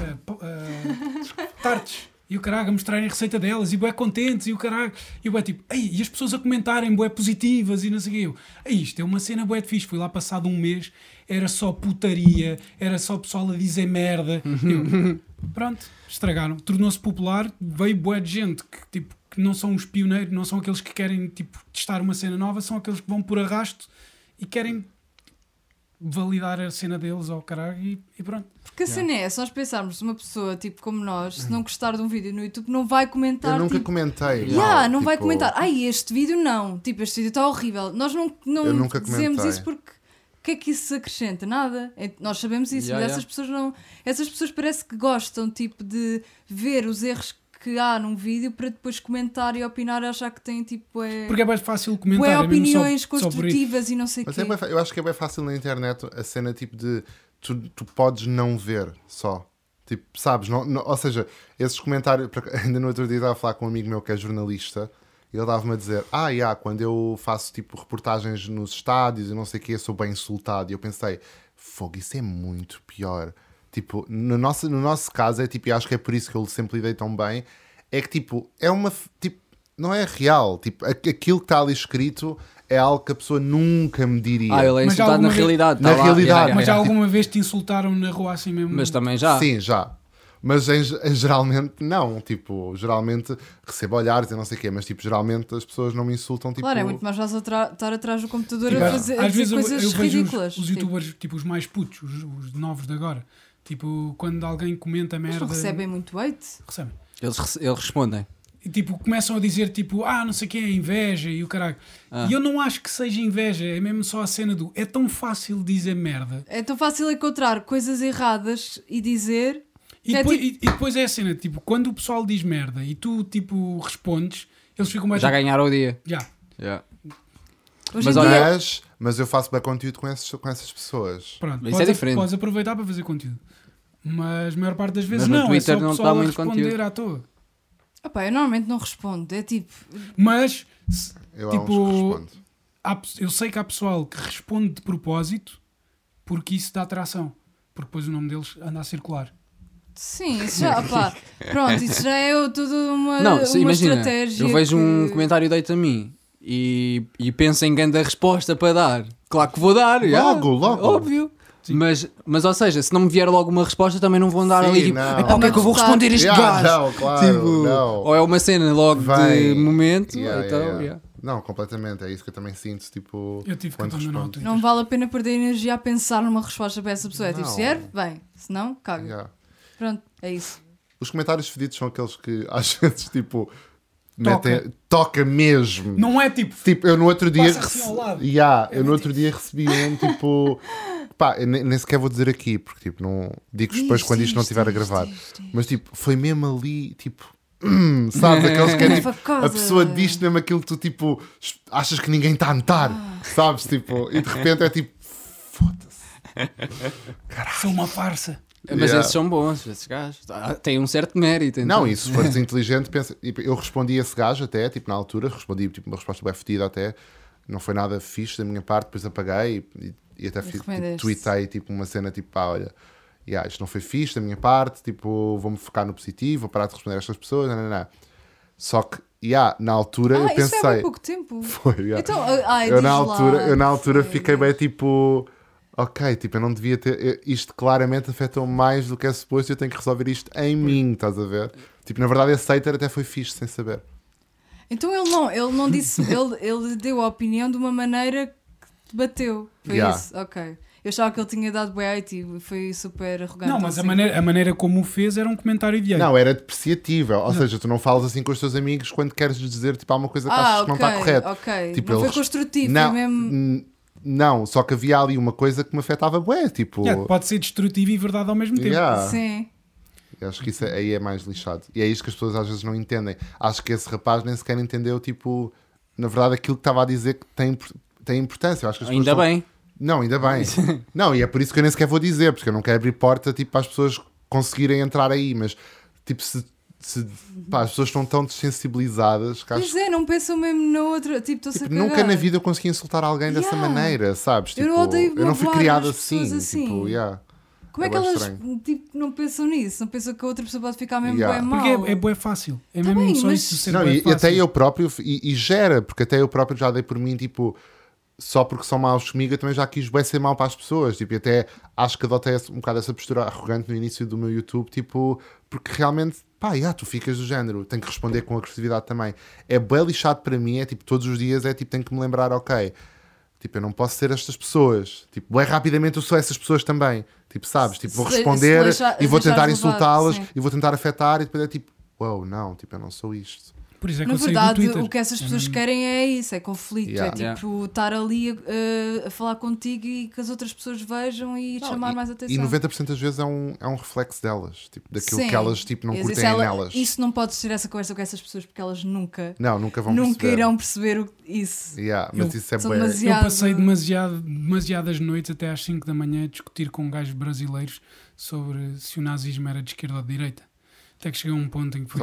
eh, po- eh, (laughs) tartes. E o caralho a mostrarem a receita delas e bué contentes e o caralho. E bué tipo, Ei, e as pessoas a comentarem bué positivas e não sei o quê. Eu, "Ei, isto é uma cena bué de fixe. Fui lá passado um mês, era só putaria, era só pessoal a dizer merda. Uhum. Eu, Pronto, estragaram. Tornou-se popular, veio boa de gente que, tipo, que não são os pioneiros, não são aqueles que querem tipo, testar uma cena nova, são aqueles que vão por arrasto e querem validar a cena deles ao caralho e, e pronto. Porque a cena é, se nós pensarmos uma pessoa tipo como nós, se não gostar de um vídeo no YouTube, não vai Eu comentar. nunca tipo, comentei. Yeah, não vai tipo, comentar. Ai, este vídeo não. Tipo, este vídeo está horrível. Nós não, não Eu nunca dizemos comentei. isso porque o que é que isso acrescenta? Nada. É- Nós sabemos isso, Yeah, mas essas yeah. pessoas não. Essas pessoas parece que gostam tipo de ver os erros que há num vídeo para depois comentar e opinar e achar que tem tipo é, Porque é mais fácil comentar. bué é mesmo só- opiniões só por aí. construtivas e não sei o Mas quê. é bué fa- eu acho que é bem fácil na internet a cena tipo de tu, tu podes não ver só. Tipo, sabes? Não, não- ou seja, esses comentários. por ac- (laughs) Ainda no outro dia estava a falar com um amigo meu que é jornalista e ele estava-me a dizer: Ah, yeah, quando eu faço tipo reportagens nos estádios e não sei o que, eu sou bem insultado. E eu pensei: Fogo, isso é muito pior. Tipo, no nosso, no nosso caso, é tipo, e acho que é por isso que eu sempre lidei tão bem, é que tipo, é uma. f- Tipo, não é real. Tipo, a- aquilo que está ali escrito é algo que a pessoa nunca me diria. Ah, ele é Mas insultado alguma na vez- realidade. Na tá lá, realidade, yeah, yeah, Mas já yeah. tá- alguma vez te insultaram na rua assim mesmo? Mas também já. Sim, já. Mas em, em geralmente não. Tipo, geralmente recebo olhares e não sei o quê, mas tipo, geralmente as pessoas não me insultam. Tipo, Claro, é muito mais fácil atra- estar atrás do computador Tipo, a fazer a às dizer vezes eu- coisas eu, vejo os- ridículas. Os, tipo, youtubers, tipo os mais putos, os, os novos de agora, tipo, quando alguém comenta mas merda. não recebem muito hate. recebem. Eles, rece- eles respondem. E tipo, começam a dizer tipo, ah, não sei o que é inveja e o caralho. Ah. E eu não acho que seja inveja, é mesmo só a cena do é tão fácil dizer merda. É tão fácil encontrar coisas erradas e dizer. E, que é depois, tipo, e- e depois é a cena, tipo, quando o pessoal diz merda e tu tipo respondes, eles ficam mais. Já ganharam o dia. Já. Yeah. hoje mas em olha- dia, Mas, mas eu faço bem conteúdo com, esses, com essas pessoas. Pronto, Mas isso podes, é diferente. podes aproveitar para fazer conteúdo. Mas a maior parte das vezes Mas no não, é só Twitter o não pessoal dá a muito responder conteúdo. à toa. é- opá, eu normalmente não respondo. É tipo, Mas se- Eu há uns que tipo, respondo. há pe- eu sei que há pessoal que responde de propósito porque isso dá atração. Porque depois o nome deles anda a circular. sim, (laughs) isso já, opá, pronto, isso já é tudo uma, Não, uma se- imagina, estratégia. eu vejo um que- comentário deito a mim e, e penso em grande resposta para dar. Claro que vou dar, yeah, logo. Óbvio. Mas, mas, ou seja, se não me vier logo uma resposta, também não vou andar Sim, ali tipo, não. "Epá, o que é que eu vou Claro. responder a este Yeah, gajo? não, claro, Tipo, não. Ou é uma cena logo Vai. de momento, Yeah, então, yeah, yeah. yeah. Não, completamente. É isso que eu também sinto. Tipo, Eu tive que quando abandonar o respondo. Twitter. Não vale a pena perder energia a pensar numa resposta para essa pessoa. É tipo, Não. se vier, bem, se não, caga. Yeah. Pronto, é isso. Os comentários fedidos são aqueles que (laughs) às vezes, tipo, metem- toca mesmo. Não é tipo. Tipo, eu no outro dia. Passa assim ao lado. Yeah, É eu no outro dia recebi um (laughs) tipo. Pá, eu ne- nem sequer vou dizer aqui, porque tipo, não. Digo-vos depois Diz, quando diz, isto não estiver a diz, gravar. diz, diz. Mas tipo, foi mesmo ali, tipo. (clears throat) hum, sabes? Aqueles que é tipo. Facada. A pessoa diz mesmo aquilo que tu tipo. es- Achas que ninguém está a notar, Ah. sabes? Tipo, e de repente é tipo. Foda-se. Sou uma farsa. Mas Yeah. esses são bons, esses gajos. Ah, Têm um certo mérito. Então. Não, e se fores inteligente, pensa. tipo, Eu respondi a esse gajo até, tipo, na altura, respondi tipo, uma resposta bem fodida até. Não foi nada fixe da minha parte, depois apaguei e, e- e até fiz, tipo, Recomendeste. tweetei tipo, uma cena tipo, pá, olha, yeah, isto não foi fixe da minha parte, tipo, vou-me focar no positivo, vou parar de responder a estas pessoas, não, não, não. Só que, yeah, na altura eu Ah, isso é há pensei. bem pouco tempo. (laughs) Foi, yeah. Então, ah, ai, eu, diz na lá. altura, eu na altura Foi. fiquei bem tipo. Ok, tipo, eu não devia ter. eu- Isto claramente afetou mais do que é suposto e eu tenho que resolver isto em mim, estás a ver? Tipo, na verdade, esse hater até foi fixe sem saber. Então ele não, ele (laughs) não disse, ele, ele deu a opinião de uma maneira que te bateu. Foi Yeah. isso, ok. Eu achava que ele tinha dado boi a ti, foi super arrogante. não, mas a assim. maneira, a maneira como o fez era um comentário de Não, era depreciativa. Ou seja, tu não falas assim com os teus amigos quando queres lhes dizer tipo, alguma coisa que achas Ah, que não ok, está correta. ok. Tipo, não ele foi res- construtivo, não, foi mesmo... n- não, só que havia ali uma coisa que me afetava, bué, tipo. Yeah, pode ser destrutivo e verdade ao mesmo tempo. yeah. Sim. Eu acho que Uhum. isso aí é mais lixado. E é isto que as pessoas às vezes não entendem. Acho que esse rapaz nem sequer entendeu, tipo, na verdade, aquilo que estava a dizer que tem, impor- tem importância. Eu acho que as Ainda pessoas bem. Não, ainda (laughs) bem. não, e é por isso que eu nem sequer vou dizer, porque eu não quero abrir porta, tipo, para as pessoas conseguirem entrar aí. Mas, tipo, se. se pá, as pessoas estão tão desensibilizadas que acho Pois é, não pensam mesmo na outra. Tipo, estou Tipo, a nunca cagar. na vida eu consegui insultar alguém dessa Yeah. maneira, sabes? Eu Tipo, odeio eu não fui magoar criado as pessoas assim. Tipo, assim. yeah. Como é, É que bué elas estranho. tipo, não pensam nisso? Não pensam que a outra pessoa pode ficar mesmo Yeah. bem mal? Tá Porque é, é bué fácil. É mesmo bem, só mas- isso ser Não, bué e, e fácil. até eu próprio, e, e gera, porque até eu próprio já dei por mim, tipo, só porque são maus comigo, eu também já quis bem ser mau para as pessoas, tipo, e até acho que adotei esse- um bocado essa postura arrogante no início do meu YouTube, tipo, porque realmente, pá, já, tu ficas do género, tenho que responder com agressividade também. É bem lixado para mim, é tipo, todos os dias é tipo, tenho que me lembrar, ok, tipo, eu não posso ser estas pessoas, tipo, bem rapidamente eu sou essas pessoas também, tipo, sabes, tipo, vou Se- se responder deixa- e vou deixares tentar levar, insultá-las sim. e vou tentar afetar e depois é tipo, uau, não, tipo, eu não sou isto. Por isso é que Na eu saí do verdade, Twitter. Uhum. o que essas pessoas querem é isso, é conflito, Yeah. é tipo estar ali eh, a, falar contigo e que as outras pessoas vejam e chamar mais atenção. E 90% das vezes é um, é um reflexo delas, tipo, daquilo Sim. que elas tipo, não Mas curtem isso ela- nelas. Isso não pode ser essa conversa com essas pessoas porque elas nunca, Não, nunca vão nunca perceber. irão perceber o- isso. Yeah, mas Eu- isso é são bué. demasiado- Eu passei demasiado, demasiadas noites até às 5 da manhã a discutir com gajos brasileiros sobre se o nazismo era de esquerda ou de direita. Até que cheguei a um ponto em que foi,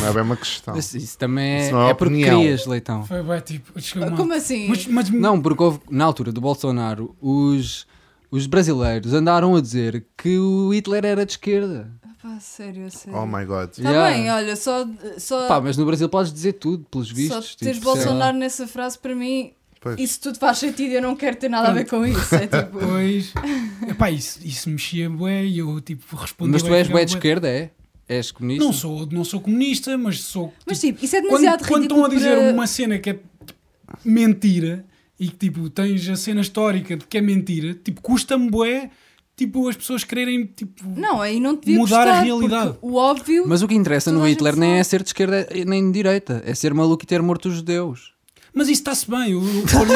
Não é bem uma questão. Isso, isso também é, Isso não é é porque opinião. crias, Leitão. foi bué, tipo, chegou uma... Como assim? Mas, mas- Não, porque houve, na altura do Bolsonaro, os, os brasileiros andaram a dizer que o Hitler era de esquerda. Pá, sério, sério. Oh my god. Está Yeah. Tá bem, olha, só, só, Pá, mas no Brasil podes dizer tudo, pelos só vistos. teres tipo, sei lá. Bolsonaro nessa frase para mim Pois. Isso tudo faz sentido, eu não quero ter nada a ver com isso. É (laughs) tipo. Pois, epá, isso, isso mexia bué e eu tipo respondi. Mas tu bué, és ficava bué de esquerda, é? És comunista? Não sou, não sou comunista, mas sou. Mas tipo, tipo, isso é demasiado quando, quando ridículo. estão a dizer para- uma cena que é mentira e que tipo tens a cena histórica de que é mentira, tipo, custa-me bué tipo, as pessoas quererem tipo. Não, aí não te devia mudar a custar, realidade. porque O óbvio. Mas o que interessa Toda no a Hitler gente nem sabe. é ser de esquerda nem de direita, é ser maluco e ter morto os judeus. Mas isso está-se bem, (laughs) eu, eu pôr no-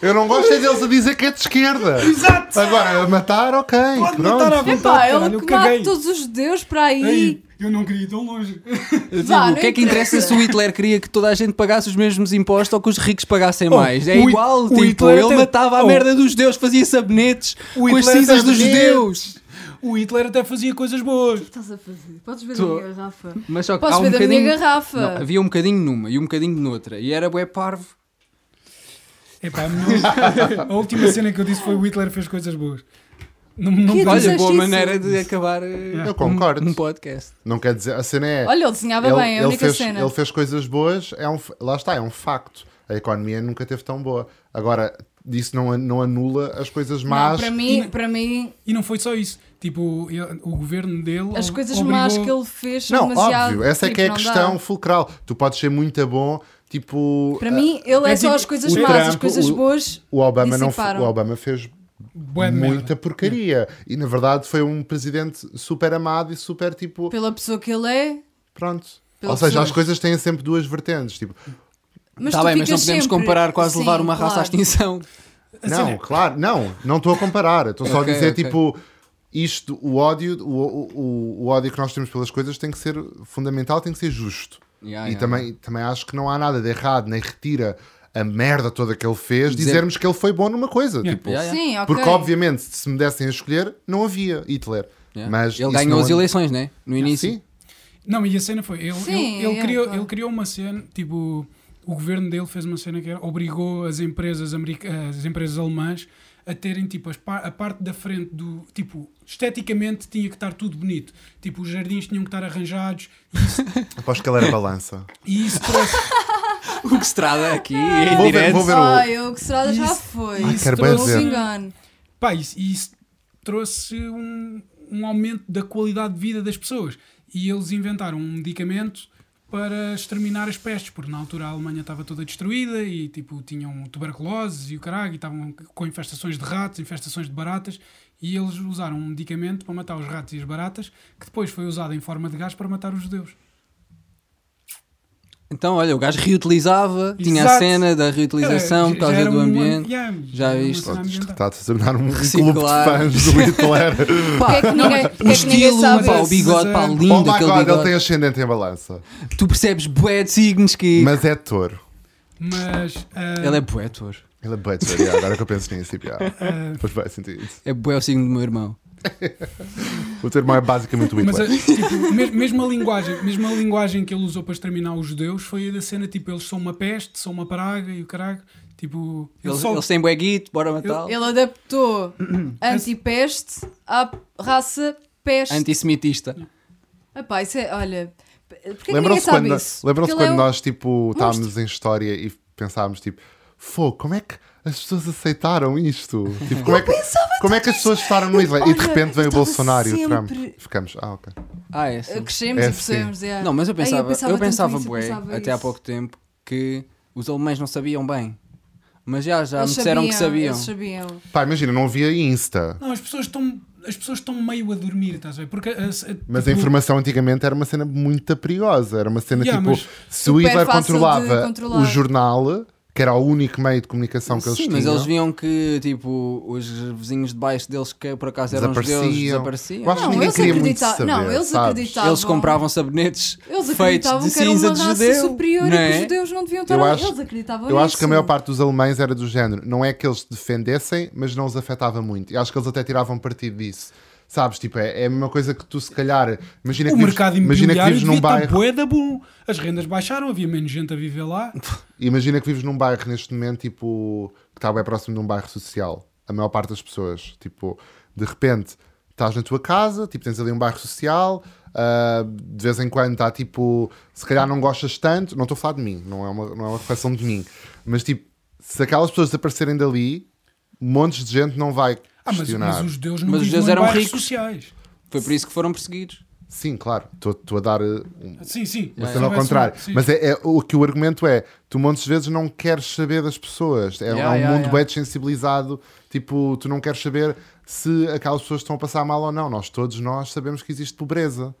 Eu não gosto é deles a dizer que é de (laughs) esquerda. Exato! Agora, a matar, ok. Pode pronto. matar à vontade, Epá, caralho, ele eu que mata caguei. É todos os judeus para aí. Ei, eu não queria ir tão longe. Eu Vá, digo, o não que é que interessa. interessa se o Hitler queria que toda a gente pagasse os mesmos impostos ou que os ricos pagassem Oh, mais? É o Hit- igual, o tipo, Hitler ele tem- matava a Oh. merda dos judeus, fazia sabonetes O com as Hitler cinzas tem dos sabonetes. judeus. O Hitler até fazia coisas boas. Estás a fazer? Podes ver Tô. a minha garrafa. Mas só que Posso há um ver da minha bocadinho- garrafa. Não, havia um bocadinho numa e um bocadinho noutra, e era bué parvo. Epá, a, (laughs) minha- a última cena que eu disse foi o Hitler fez coisas boas. Não, não me Que dizes Olha, boa isso? maneira de acabar eh, Eu concordo. Um, um podcast. Não quer dizer, a cena é. Olha, ele desenhava bem, é a única fez, cena. ele fez coisas boas, é um, f- lá está, é um facto. A economia nunca teve tão boa. Agora, isso não, an- não anula as coisas Não, más. para mim, para mim E não foi só isso. Tipo, ele- o governo dele. as ob- coisas obrigou... más que ele fez são Não, demasiado. óbvio, essa é tipo, que é a não dá. questão fulcral. Tu podes ser muito bom, tipo. Para eh, mim, ele é, é só tipo, as coisas o más, as Trump, coisas o- boas. o Obama, não, f- dissiparam. o Obama fez Bué de muita merda. porcaria. E na verdade foi um presidente super amado e super tipo. Pela pessoa que ele é. Pronto. Pela Ou seja, pessoa. as coisas têm sempre duas vertentes. Tipo, Mas Está tu Tá bem, mas não ficas podemos sempre- comparar quase Sim, levar uma raça à claro. extinção. A não, cena é- claro, não, não estou a comparar. Estou só Ok, a dizer, ok. tipo, isto, o ódio, o, o- o, o ódio que nós temos pelas coisas tem que ser fundamental, tem que ser justo. Yeah, e yeah, também, também acho que não há nada de errado, nem retira a merda toda que ele fez, Dizer- dizermos que ele foi bom numa coisa. Yeah. Tipo, Yeah, yeah. Sim, ok. Porque, obviamente, se me dessem a escolher, não havia Hitler. Yeah. Mas ele isso ganhou não- é- Ah, as eleições, né? No início. Sim, Não, e a cena foi. Ele, Sim, ele- ele é, criou, claro. ele criou uma cena, tipo, o governo dele fez uma cena que era, obrigou as empresas, america- as empresas alemãs a terem, tipo, as pa- a parte da frente do. Tipo, esteticamente tinha que estar tudo bonito. Tipo, os jardins tinham que estar arranjados e isso, aposto que ele era (laughs) balança. e isso trouxe. (laughs) O que se trata aqui Ah. é Vou ver- vou ver o- Ai, o que será já Isso- foi. Ai, isso quero bem Não dizer. se trouxe- engano. Pá, isso, isso trouxe um, um aumento da qualidade de vida das pessoas. E eles inventaram um medicamento para exterminar as pestes, porque na altura a Alemanha estava toda destruída e tipo tinham tuberculose e o caralho, e estavam com infestações de ratos, infestações de baratas, e eles usaram um medicamento para matar os ratos e as baratas, que depois foi usado em forma de gás para matar os judeus. Então, olha, o gajo reutilizava, tinha a Exato. cena da reutilização É, Era- por já causa era do um- ambiente. yeah, Já era uma viste. Isto cena ambiental. está a se tornar um Reciclar. clube de fãs (laughs) do Hitler. Porque é que ninguém, porque O é que ninguém estilo, sabe pá, o isso? bigode, mas, pá, é- lindo oh my aquele God, ele bigode. tem ascendente em balança. Tu percebes bué de signos que... Mas é touro. Mas ah, Ele é bué, tor. Ele é bué de touro, yeah, agora que eu penso nisso. tipo, yeah. ah, Pois vai sentir isso. É bué o signo do meu irmão. O teu irmão é basicamente o Mas Hitler. a- tipo, mes- mesmo, a linguagem, mesmo a linguagem que ele usou para exterminar os judeus foi a da cena tipo, eles são uma peste, são uma praga e o caralho. Tipo, ele Eles, só- eles têm bué guito, bora matá-lo. Ele adaptou antipeste à raça peste. Antissemitista. Epá, isso é, olha, porque é que ninguém Lembram-se sabe quando, isso? lembram-se Porque quando ele é um- nós tipo, estávamos em história e pensávamos tipo, fogo, como é que as pessoas aceitaram isto? Tipo, como é que, como é que as pessoas votaram no Hitler? E de Olha, repente vem eu o Bolsonaro e o estava Trump. sempre- Ficamos, ah, ok. Ah, é sim. eh, Crescemos É e percebemos, é. Não, mas eu Ai, pensava, eu tanto pensava, nisso, eu bué, pensava até há isso. pouco tempo, que os alemães não sabiam bem. Mas já, já Eles me disseram que sabiam. Eles sabiam. Pá, imagina, não havia Insta. Não, as pessoas estão. As pessoas estão meio a dormir, estás a ver? Porque, a- a- Mas a tipo, informação antigamente era uma cena muito perigosa. Era uma cena Yeah, tipo, mas se o super Hitler fácil de controlava controlar. o jornal, que era o único meio de comunicação Então, que eles Sim, tinham. mas eles viam que, tipo, os vizinhos de baixo deles que por acaso eram Desapareciam. judeus desapareciam. Eu acho que Não, ninguém eles queria muito acreditavam. Não, saber, eles sabes? acreditavam. Eles compravam sabonetes Eles feitos acreditavam de que era cinza uma de raça judeu. superior não e que os é? judeus não deviam ter Eu nada. acho- Eles acreditavam Eu acho que a nisso. maior parte dos alemães era do género. Não é que eles defendessem, mas não os afetava muito. E acho que eles até tiravam partido disso. Sabes, tipo, é, é a mesma coisa que tu se calhar... Imagina o que mercado vives, imagina que imobiliário vives devia num estar bairro... boeda bom. As rendas baixaram, havia menos gente a viver lá. Ah, Imagina que vives num bairro neste momento, tipo, que está bem próximo de um bairro social. A maior parte das pessoas, tipo, de repente estás na tua casa, tipo, tens ali um bairro social, ah, de vez em quando está tipo, se calhar não gostas tanto, não estou a falar de mim, não é uma, não é uma reflexão de mim, mas tipo, se aquelas pessoas desaparecerem dali, montes de gente não vai Ah, mas, questionar. mas os judeus não Mas os viviam judeus em eram bairros ricos. sociais. Foi por isso que foram perseguidos. Sim, claro, estou- estou a dar eh, um, Sim, sim. Mas Se sendo ao houvesse um- contrário. sim. Mas é, é- o que o argumento é: tu montes de vezes não queres saber das pessoas. É, é Yeah, um yeah, mundo yeah. bem desensibilizado. Tipo, tu não queres saber se aquelas pessoas estão a passar mal ou não. Nós todos nós sabemos que existe pobreza.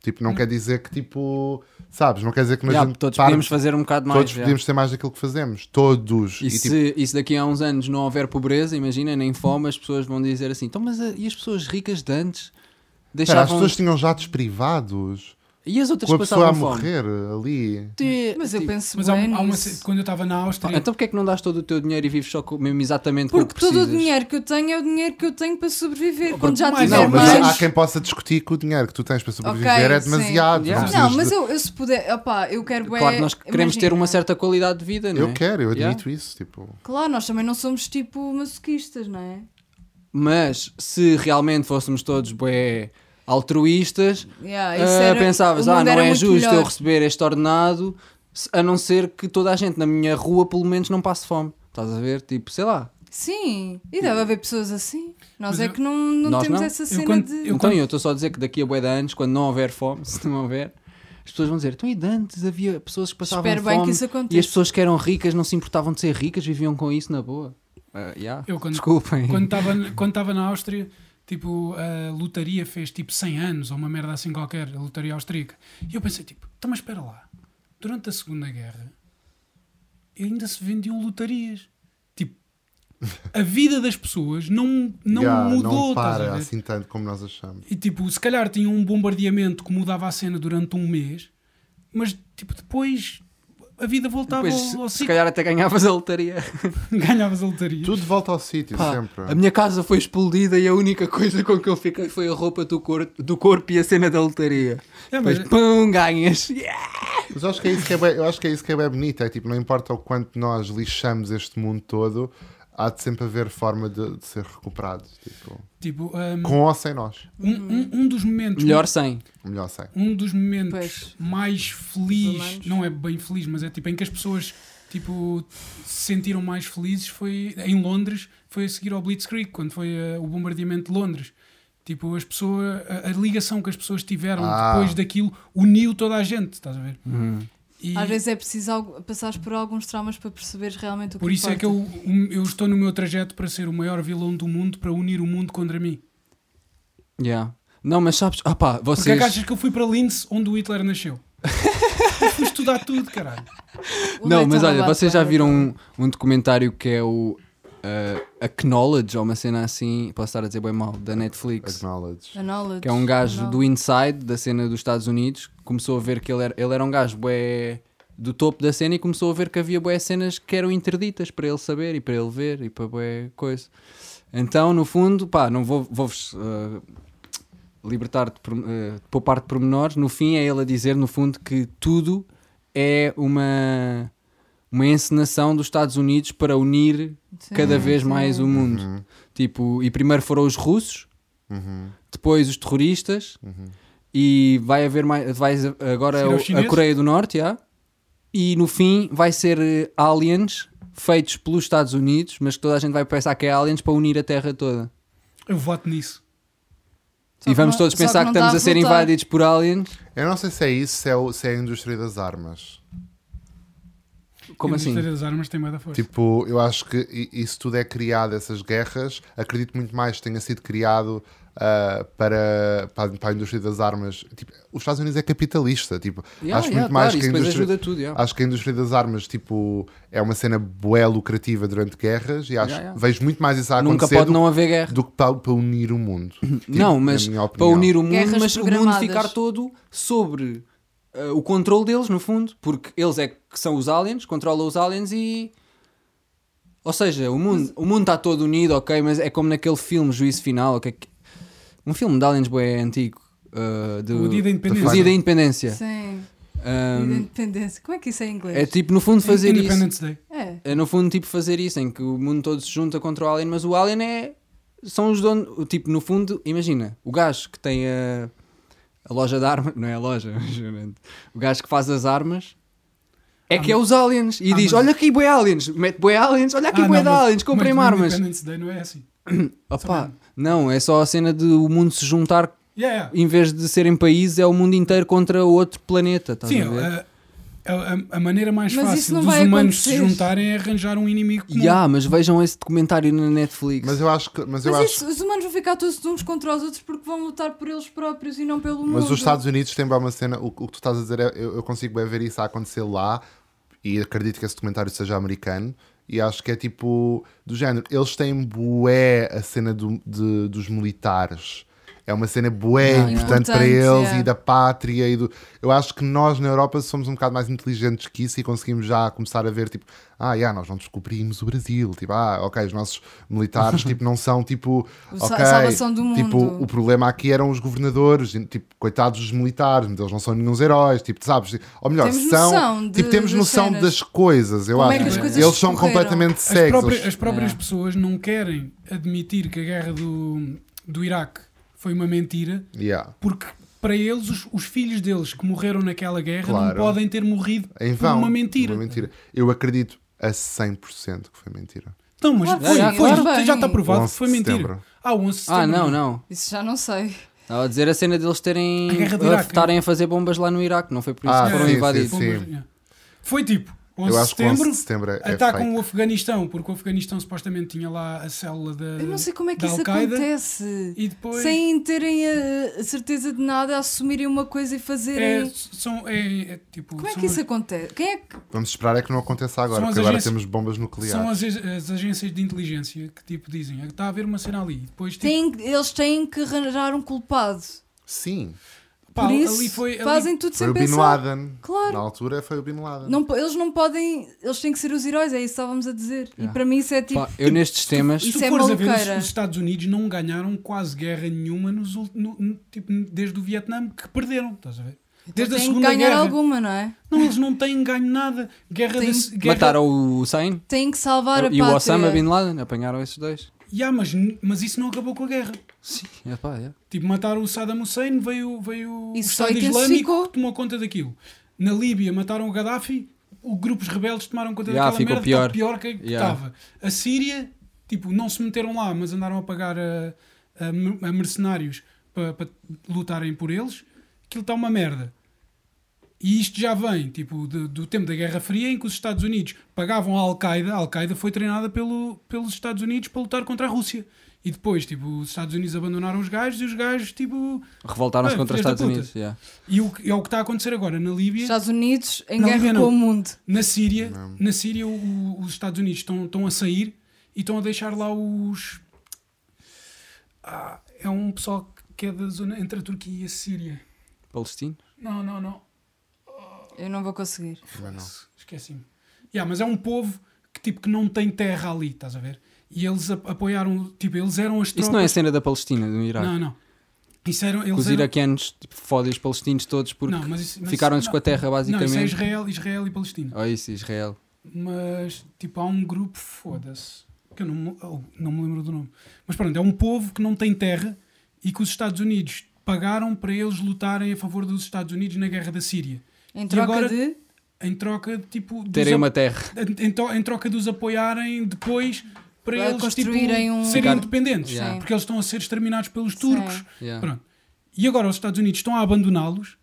Tipo, não quer dizer que, tipo, sabes, não quer dizer que nós Yeah, todos podíamos fazer um bocado mais. todos yeah. podíamos ter mais daquilo que fazemos. Todos. E, E, se, tipo, e se daqui a uns anos não houver pobreza, imagina, nem fome, as pessoas vão dizer assim: então, mas a- e as pessoas ricas de antes espera, as deixavam. pessoas tinham jatos privados E as outras com a pessoa a passavam fome. morrer ali. Te- Mas eu tipo, penso Mas há, bem um- há uma. nisso. Quando eu estava na pá, Áustria. Então porque é que não dás todo o teu dinheiro e vives só com, mesmo exatamente com o Porque que todo o precisas? dinheiro que eu tenho é o dinheiro que eu tenho para sobreviver. Quando já mais- tiver Não, Não, mas há é mais. quem possa discutir que o dinheiro que tu tens para sobreviver Ok, é sim. demasiado. Yeah. precisas Não, de- mas eu, eu se puder. Opá, eu quero. bué- Claro, nós queremos ter é, imagina. uma certa qualidade de vida, não é? Eu quero, eu Yeah. admito isso. Tipo, Claro, nós também não somos tipo masoquistas, não é? Mas se realmente fôssemos todos bué, altruístas, Yeah, isso ah, era- pensavas, o ah, mundo não era é muito justo eu melhor." receber este ordenado, se- a não ser que toda a gente na minha rua pelo menos não passe fome. Estás a ver? Tipo, sei lá. Sim, e deve haver pessoas assim. Nós Mas é eu- que não, não Nós temos não. essa Eu cena quando- de. eu então eu estou só a dizer que daqui a bué de anos, quando não houver fome, (laughs) se não houver, as pessoas vão dizer, então e de antes havia pessoas que passavam Espero fome bem que isso e as aconteça. pessoas que eram ricas não se importavam de ser ricas, viviam com isso na boa. Ah, yeah. Eu quando- Desculpem. Quando estava quando estava na Áustria, tipo, a lotaria fez tipo 100 anos ou uma merda assim qualquer, a lotaria austríaca. E eu pensei, tipo, então mas espera lá, durante a Segunda Guerra ainda se vendiam lotarias. Tipo, a vida das pessoas não, não yeah, mudou, não estás a para ver? assim tanto como nós achamos. E tipo, se calhar tinha um bombardeamento que mudava a cena durante um mês, mas tipo, depois a vida voltava Depois, ao, ao se sítio. calhar até ganhavas a lotaria. (laughs) Ganhavas a lotaria. Tudo volta ao sítio, Pá, sempre. é. A minha casa foi explodida e a única coisa com que eu fiquei foi a roupa do, cor- do corpo e a cena da lotaria. É, mas- Mas pum, ganhas. Yeah! Mas eu acho que é isso que é bem, eu acho que é isso que é bem bonito. É tipo, não importa o quanto nós lixamos este mundo todo, há de sempre haver forma de, de ser recuperado. Tipo, Tipo, hum, com ou sem nós. um, um, um dos momentos Melhor sem. Melhor sem. um dos momentos Pois. mais Humanos. felizes, não é bem feliz, mas é tipo em que as pessoas tipo, se sentiram mais felizes foi em Londres, foi a seguir ao Blitzkrieg, quando foi eh, o bombardeamento de Londres. Tipo, as pessoas, a, a ligação que as pessoas tiveram Ah. depois daquilo uniu toda a gente, estás a ver? E Às vezes é preciso algo- passares por alguns traumas para perceberes realmente o que por isso é que importa. eu, um- eu estou no meu trajeto para ser o maior vilão do mundo, para unir o mundo contra mim. Yeah. Não, mas sabes, ah pá, Porque é vocês. que achas que eu fui para Linz, onde o Hitler nasceu? eu fui estudar tudo, caralho. O Não, leite é mas ao olha, leite, vocês já leite. viram um, um documentário que é o uh, Acknowledge, ou uma cena assim, posso estar a dizer bem mal, da Netflix. Acknowledge. A knowledge. que é um gajo A do Inside, da cena dos Estados Unidos, que começou a ver que ele era, ele era um gajo bué do topo da cena e começou a ver que havia bué cenas que eram interditas para ele saber e para ele ver e para bué coisa. Então, no fundo, pá, não vou- vou-vos ah, libertar de por- ah, poupar de pormenores. No fim, é ele a dizer, no fundo, que tudo é uma, uma encenação dos Estados Unidos para unir Sim, cada vez sim. mais o mundo. Uhum. Tipo, e primeiro foram os russos, depois os terroristas, Uhum. e vai haver mais. Vai agora Serão o- os a chineses? Coreia do Norte, já. e no fim vai ser eh, aliens feitos pelos Estados Unidos, mas que toda a gente vai pensar que é aliens para unir a Terra toda. Eu voto nisso. Só e que vamos não- todos só que pensar que, não estamos dá a ser resultado. invadidos por aliens. Eu não sei se é isso, se é, o- se é a indústria das armas. E Como a assim? indústria das armas tem bué da força. Tipo, eu acho que i- isso tudo é criado, essas guerras. Acredito muito mais que tenha sido criado ah, para, para, a- para a indústria das armas. Tipo, os Estados Unidos é capitalista. Tipo, Yeah, acho yeah, muito mais claro, que isso a depois indústria. ajuda tudo. yeah. Acho que a indústria das armas tipo, é uma cena bué lucrativa durante guerras e acho, Yeah, yeah. vejo muito mais isso a Nunca acontecer pode do, não haver guerra. do que para, para unir o (clears throat) mundo. Tipo, não, na mas minha para opinião. unir o mundo, Guerras mas o mundo programadas. ficar todo sobre eh, o controle deles, no fundo, porque eles é que são os aliens, controlam os aliens e. Ou seja, o mundo, o mundo está todo unido, ok, mas é como naquele filme Juízo Final, o que é que- um filme de aliens bué antigo. eh, do- O Dia da Independência. O Dia da Independência. Sim, Ahm, independência. Como é que isso é em inglês? Hum. é tipo, no fundo, fazer isso. Independence Day. É. É no fundo tipo fazer isso, em que o mundo todo se junta contra o Alien, mas o Alien é. São os donos. o Tipo, no fundo, imagina, o gajo que tem a, A loja de armas, não é a loja, (laughs) juramente. O gajo que faz as armas é que é os aliens. E Ah, mas- diz: Olha aqui, boi aliens, mete boi aliens, olha aqui, Ah, boi não, de mas- aliens, comprem-me mas no armas. Independence Day não é assim. Opa, não, é só a cena de o mundo se juntar, Yeah, yeah. em vez de serem países, é o mundo inteiro contra outro planeta. Estás Sim, é, a ver? a, a- a maneira mais Mas isso fácil não dos vai humanos se acontecer. juntarem é arranjar um inimigo comum. Ya, ah, mas vejam esse documentário na Netflix. Mas eu acho que. Mas, eu Mas acho, isso, os humanos vão ficar todos uns contra os outros porque vão lutar por eles próprios e não pelo mundo. mas os Estados Unidos têm bem uma cena. O, o que tu estás a dizer é. Eu, eu consigo bem ver isso a acontecer lá. E acredito que esse documentário seja americano. E acho que é tipo. Do género. Eles têm bué a cena do- de- dos militares. É uma cena bué Yeah, yeah. importante para Ah, Importante, é. eles yeah. e da pátria e do. Eu acho que nós na Europa somos um bocado mais inteligentes que isso e conseguimos já começar a ver tipo, ah, yeah, nós não descobrimos o Brasil, tipo, ah, ok, os nossos (laughs) militares tipo não são tipo, O sa- ok, salvação do tipo mundo. o problema aqui eram os governadores, tipo, coitados dos militares, eles não são nenhum heróis, tipo, sabes? Ou melhor, Temos são, noção de- tipo, temos das noção cenas. das coisas, eu Como é acho. que as coisas eles são decorreram? completamente As cegos. próprias, eles- as próprias pessoas não querem admitir que a guerra do, do Iraque foi uma mentira Yeah. porque para eles os, os filhos deles que morreram naquela guerra não Claro. É podem ter morrido Em por vão. uma mentira. Uma mentira. Eu acredito a 100% que foi mentira. Não, Então, mas Claro que foi, sim, foi, claro que já sim. está provado que 11 de foi mentira. setembro. Ah, o 11 de setembro. Ah, não, não. Isso já não sei. Estava a dizer a cena deles terem. A guerra do a- Iraque. é? estarem a fazer bombas lá no Iraque, não foi por isso Ah, que foram sim, sim, invadidos. sim. Bombas- yeah. Foi tipo 11 eu de acho que o 11 setembro, um- de setembro é, é atacam fake. o Afeganistão, porque o Afeganistão supostamente tinha lá a célula da. Eu não sei como é que da isso Al-Qaeda. acontece. E depois. Sem terem a a certeza de nada, assumirem uma coisa e É, fazerem. são, é, é, tipo, Como é são Tipo- que isso as- acontece? Quem é que. Vamos esperar é que não aconteça agora, São as porque agora agências- temos bombas São nucleares. as, as agências de inteligência que tipo dizem, "Ah, está a haver uma cena ali. E Depois, tipo, Têm, eles têm que arranjar um culpado. Sim, pá, Por ali isso, foi- ali- fazem tudo foi sem o Bin pensar. Laden. Claro. Na altura foi o Bin Laden. Não po- eles não podem. Eles têm que ser os heróis, é isso que estávamos a dizer. E Yeah. para mim isso é tipo. Pá, eu nestes temas. Se tu Isso é fores a ver, maluqueira. os, os Estados Unidos não ganharam quase guerra nenhuma nos, ult- no- no- tipo, desde o Vietnã, que perderam, estás a ver? Desde a Então têm que Segunda ganhar Guerra. alguma, não é? Não, eles não têm ganho nada. Guerra Têm- desse- guerra... Mataram o Hussein Têm que salvar a e pátria. o Osama Bin Laden, apanharam esses dois. Yeah, mas, mas isso não acabou com a guerra. Sim, é pá, é. Tipo, mataram o Saddam Hussein, veio, veio o Isso só Estado Islâmico intensificou. que tomou conta daquilo. Na Líbia mataram o Gaddafi, o grupos rebeldes tomaram conta Yeah, daquela ficou merda, pior. tá pior que que Yeah. estava. A Síria, tipo, não se meteram lá, mas andaram a pagar a, a mer- a mercenários para lutarem por eles. Aquilo está uma merda. E isto já vem, tipo, de- do tempo da Guerra Fria em que os Estados Unidos pagavam a Al-Qaeda. A Al-Qaeda foi treinada pelo, pelos Estados Unidos para lutar contra a Rússia. E depois, tipo, os Estados Unidos abandonaram os gajos e os gajos, tipo... Revoltaram-se Ah, contra os filhos da Estados puta. Unidos. yeah. E o, que- é o que está a acontecer agora na Líbia, Estados Unidos em Não, guerra Líbia não. com o mundo. na Síria. Na Síria, o- o- os Estados Unidos estão, estão a sair e estão a deixar lá os... Ah, é um pessoal que é da zona entre a Turquia e a Síria. Palestino. Não, não, não. Eu não vou conseguir. Mas não. Esqueci-me. Yeah, mas é um povo que, tipo, que não tem terra ali, estás a ver? E eles ap- apoiaram, tipo, eles eram as tropas... Isso não é a cena da Palestina, do Iraque. Não, não. Isso eram, Que eles os eram... iraquianos tipo, fodem os palestinos todos porque Não, mas isso- mas ficaram-lhes isso- com a terra, Não, basicamente. isso é Israel, Israel e Palestina. Oh, isso, Israel. Mas, tipo, há um grupo, foda-se, que eu não, me- oh, não me lembro do nome. Mas pronto, é um povo que não tem terra e que os Estados Unidos pagaram para eles lutarem a favor dos Estados Unidos na guerra da Síria. Em troca agora- de. Em troca, tipo... dos Terem ap- uma terra. em, to- em troca de os apoiarem depois para Para eles construírem tipo, um- serem Ficar- independentes, Yeah. porque eles estão a ser exterminados pelos Sim. turcos. Yeah. Pronto. E agora os Estados Unidos estão a abandoná-los.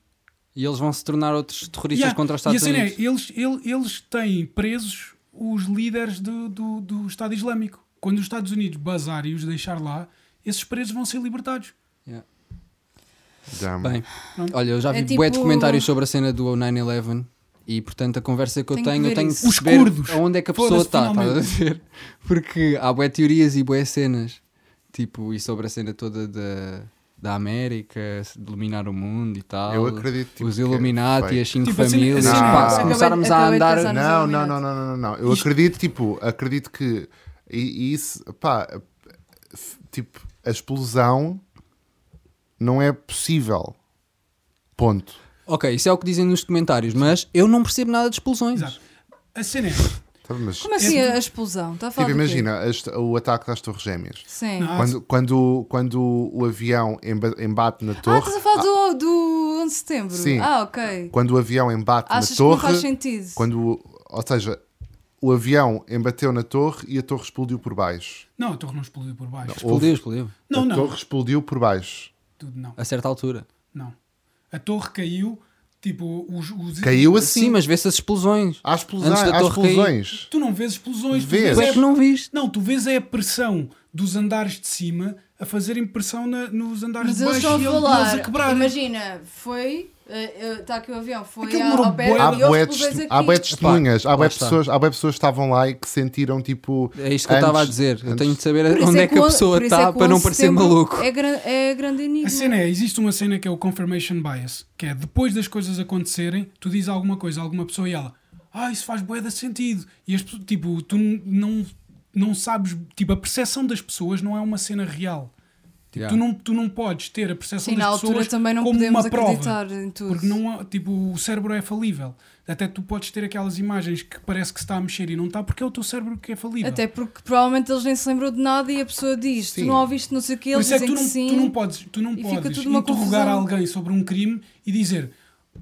E eles vão se tornar outros terroristas Yeah. contra os E Estados assim é, Unidos. eles, ele- eles têm presos os líderes do, do, do Estado Islâmico. Quando os Estados Unidos bazar e os deixar lá, esses presos vão ser libertados. Yeah. Damn. Bem, Pronto. olha, eu já vi É bué de tipo- comentários sobre a cena do 9-11 e, portanto, a conversa que eu Tenho que tenho, eu ver tenho isso. de Os saber curdos. aonde é que a Foda-se, pessoa está, estás a finalmente. dizer? Porque há bué teorias e bué cenas, tipo, e sobre a cena toda da, da América, se de iluminar o mundo e tal. Eu acredito, tipo, Os que é Illuminati, fake. as 5 Tipo, a cena- a famílias, cena- pá, se Acabei- começarmos a acabei de andar... pensar. Não, Tá nos não, Illuminati. não, não, não, não, não. Eu acredito, tipo, acredito que e, e isso, pá, f- tipo, a explosão não é possível. Ponto. Ok, isso é o que dizem nos comentários, mas eu não percebo nada de explosões. Exato. A cena é. Tá, Mas, Como assim a a explosão? Está a falar tipo, do quê? imagina as- o ataque das Torres Gêmeas. Sim. Não, Ah, Quando, quando, quando o avião emba- embate na Ah, torre, estás a falar do, do 11 de setembro? Sim. Ah, ok. Quando o avião embate Achas na que não faz torre, sentido? quando, o- ou seja, o avião embateu na torre e a torre explodiu por baixo. Não, a torre não explodiu por baixo. Explodiu, explodiu. Não, a não. torre explodiu por baixo. Tudo não. A certa altura. Não. A torre caiu, tipo, os. os- Caiu Sim, assim. Ah, mas vê-se as explosões. Há explosões. Antes da Há torre cair. explosões. Tu não vês explosões, tu Vês. vês. Tu é que não viste. Não, tu vês é a pressão dos andares de cima a fazerem pressão na- nos andares Mas de eles baixo estão a e ele- falar. eles a quebrar. Imagina, foi. Está aqui o avião, foi Aquilo ao, demorou ao pé bué. Há e bué houve de- explosões aqui. Há bué de testemunhas, há lá bué está. pessoas, há bué pessoas que estavam lá e que sentiram tipo. É isto que eu antes- estava a dizer. Eu tenho de saber Por isso onde é que a o- pessoa por isso está é que o para não 11 de parecer setembro maluco. É, gran, é grande enigma. A cena é, existe uma cena que é o confirmation bias, que é depois das coisas acontecerem, tu dizes alguma coisa a alguma pessoa e ela, ah, isso faz bué de sentido. E as pessoas, tipo, tu n- não, não sabes, tipo, a percepção das pessoas não é uma cena real. Tipo, Yeah. tu, não, tu não podes ter a percepção Sim, na das altura pessoas também não como podemos uma prova. acreditar em tudo. Porque não há- tipo, o cérebro é falível. Até tu podes ter aquelas imagens que parece que se está a mexer e não está, porque é o teu cérebro que é falível. Até porque provavelmente eles nem se lembram de nada e a pessoa diz: Sim. Tu não ouviste não sei o que, Por eles isso é que dizem tu que não, sim. tu não podes, tu não e fica podes tudo uma interrogar confusão. alguém sobre um crime e dizer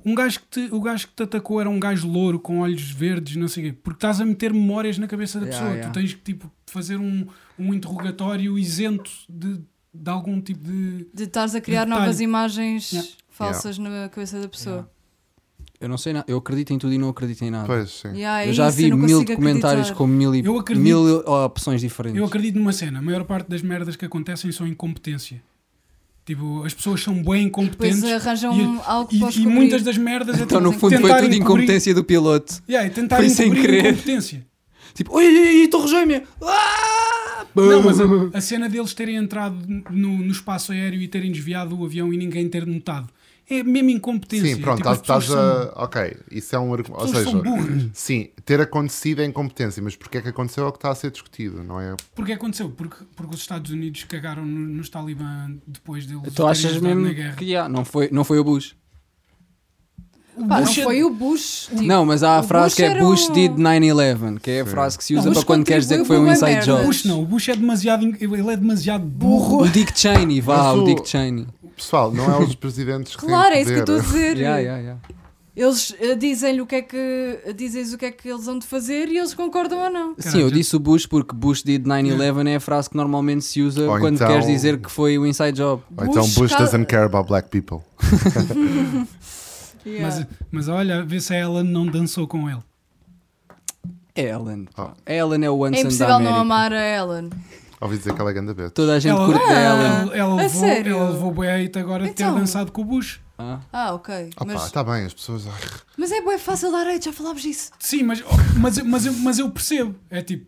um gajo que te, o gajo que te atacou era um gajo louro com olhos verdes, não sei o quê, porque estás a meter memórias na cabeça da Yeah, pessoa. yeah. Tu tens que tipo, fazer um, um interrogatório isento de, de algum tipo de. De estares a criar Detalhe. novas imagens Yeah. falsas na cabeça da pessoa. Eu não sei nada. Eu acredito em tudo e não acredito em nada. Pois, sim. Yeah, é eu já isso, vi não mil consigo documentários acreditar. com mil, e- Eu acredito- mil opções diferentes. Eu acredito numa cena, a maior parte das merdas que acontecem são incompetência. Tipo, as pessoas são bem incompetentes. Depois arranjam e, algo e- para os e cobrir. muitas das (laughs) merdas é Então, no tipo, fundo, foi tentarem tudo encobrir- incompetência do piloto. Yeah, e tentar Foi sem encobrir querer. incompetência. Tipo, oi, oi, oi, Torre Gêmea! Ah! (laughs) Não, mas a, a cena deles terem entrado no, no espaço aéreo e terem desviado o avião e ninguém ter notado é mesmo incompetência. Sim, pronto, Tipo, as estás estás pessoas a. são- Ok, isso é um argumento. Ou pessoas seja, são burras. sim, ter acontecido é incompetência, mas porque é que aconteceu é o que está a ser discutido, não é? Porque aconteceu? Porque, porque os Estados Unidos cagaram no- nos Talibã depois deles Tu Então achas terem entrado na mesmo guerra. que há? Não foi, não foi o Bush. O Pá, não Bush é- foi o Bush. tipo, Não, mas há a o frase que Bush é era Bush um- did 9-11, que é a frase que se Não, usa Bush para quando queres dizer que foi contribuiu um bué inside merda. O job. Bush não, o Bush é demasiado, in- ele é demasiado burro. O Dick Cheney, vá, Mas o o- Dick Cheney. Pessoal, não (laughs) é os presidentes que Claro, é têm isso que eu poder. estou a dizer. Yeah, yeah, yeah. Eles eh, dizem-lhe o que é que dizem o que é que eles hão de fazer e eles concordam ou não. Sim, eu disse o Bush porque Bush did 9-11 é a frase que normalmente se usa Ou quando então- queres dizer que foi o inside job. Ou então Bush Bush ca- doesn't care about black people. Yeah. É Mas, mas olha, vê se a Ellen não dançou com ele. Ellen. Ah. Ellen é o é Anson da impossível América. não amar a Ellen. Ouvi dizer que ela é ganda beta. Toda a gente ela, curte a Ellen. ela, ela A levou, sério? ela levou bué hate agora de ter Então. dançado com o Bush. Ah. Ah, ok. Opa, mas, está bem, as pessoas. ai, mas é bem fácil dar hate, já falámos disso. Sim, mas, mas, eu- mas, eu, mas eu percebo. É tipo,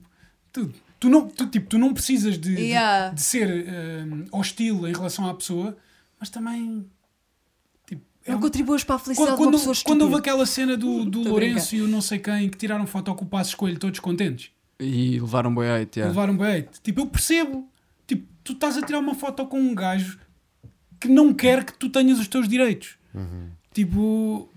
tu, tu, não, tu, tipo, tu não precisas de, de- Yeah. de, ser hum, hostil em relação à pessoa, mas também. Tipo, é Não um- contribuas para a felicidade quando, de é quando, uma pessoa quando houve estúpida. Hum, aquela cena do, do Tô a Lourenço e o não sei quem que tiraram foto com o passo escolho todos contentes, E levaram boi hate, yeah. levaram bait, tipo, eu percebo. Tipo, tu estás a tirar uma foto com um gajo que não quer que tu tenhas os teus direitos. Uhum. Tipo,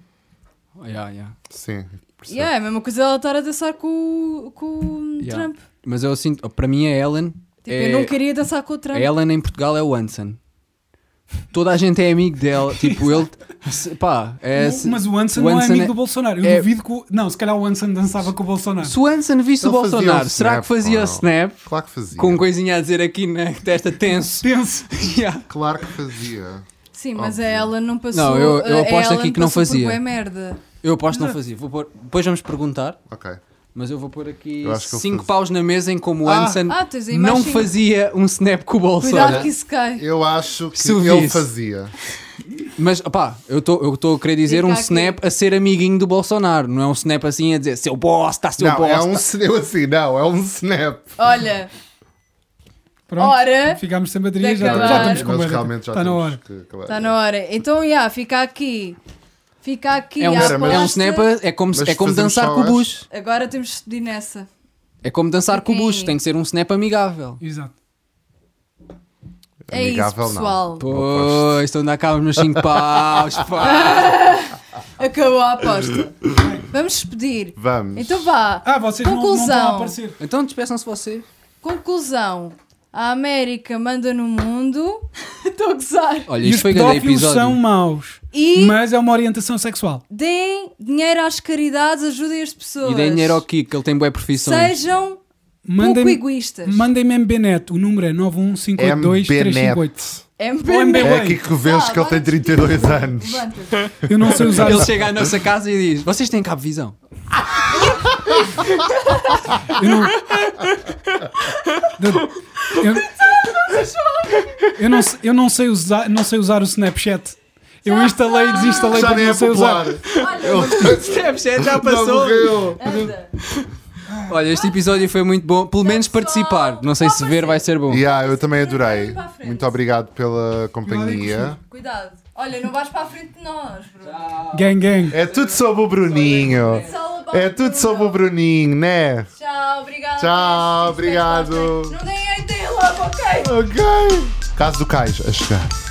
Yeah, yeah. Sim, percebo. Yeah, é a mesma coisa ela estar a dançar com, o- com o Yeah. Trump. Mas eu sinto, para mim a Ellen Tipo, é, eu não queria dançar com o Trump. a Ellen em Portugal é o Anson. Toda a gente é amigo dela, tipo, ele se- pá, é, se, mas o Anson o não é Anson amigo é- do Bolsonaro. Eu é- duvido que. o- Não, se calhar o Anson dançava com o Bolsonaro. se o Anson visse o Ele fazia um Bolsonaro, será que snap, ou fazia o não? snap Claro que fazia. com coisinha a dizer aqui na testa tenso? Tenso. (laughs) Yeah. Claro que fazia. Sim, mas a Ellen não passou. Não, eu- eu a aposto Ellen aqui que não passou por fazia. bué merda. Eu aposto é. que não fazia. Vou pôr, depois vamos perguntar, Ok. mas eu vou pôr aqui Eu acho que ele 5 fazia. paus na mesa em como o Ah. Anson Ah, tens a não imagem. fazia um snap com o Cuidado Bolsonaro. que isso cai. Eu acho que Se eu ele visse. fazia. Mas, pá, eu estou a querer dizer Fica um aqui. snap a ser amiguinho do Bolsonaro. Não é um snap assim a dizer seu bosta, seu não, bosta. é um snap assim, não, é um snap. Olha, Pronto. Ora, Ficámos sem bateria, de já, acabar. já estamos com Nós barra. realmente já Está na temos hora. que acabar. está na hora. Então, yeah, fica aqui. Fica aqui. É um, a Era, mas- é um aposta. snap, é como, Mas é como fazemos dançar só com o essa. Bush. Agora temos de decidir nessa. É como dançar com o Bush, Ok. tem que ser um snap amigável. Exato. É isso, Amigável, não. pessoal. Oposto. Pois, então cá os meus 5 paus, (laughs) pá. Acabou a aposta. Vamos despedir. Vamos. Então vá. Ah, vocês não, não estão Conclusão. a aparecer. Então despeçam-se vocês. Conclusão. A América manda no mundo. (laughs) Estou a gozar. Olha, E isto os foi grande pedófilos episódio. são maus, E mas é uma orientação sexual. deem dinheiro às caridades, ajudem as pessoas. E deem dinheiro ao Kiko, ele tem boa profissões. Sejam pouco Mandem-me egoístas. mandem MBNet, o número é 915823558. MBNet. MBNet. É aqui que vês Ah, que ele tem 32 anos. Levanta-te. Eu não sei usar (laughs) Ele chega à nossa casa e diz: Vocês têm cabo visão? Eu não. Eu, (laughs) eu não, se- eu não sei usar, não sei usar o Snapchat. Eu instalei e desinstalei Já porque nem não é sei popular. (laughs) usar. (laughs) Olha, Snapchat já Não morreu. anda. Olha, este episódio foi muito bom. Pelo menos participar. Não sei se ver vai ser É. bom. Yeah, ah, eu também adorei. Para a frente. Muito obrigado pela companhia. Cuidado. Olha, não vais para a frente de nós, bro. Gang, gang. É tudo sobre o Bruninho. It's all about É tudo Bruno. sobre o Bruninho, né? Tchau, obrigado. Tchau, obrigado. Não deem aí, deem logo, ok? Ok. Caso do Cais, é. a chegar.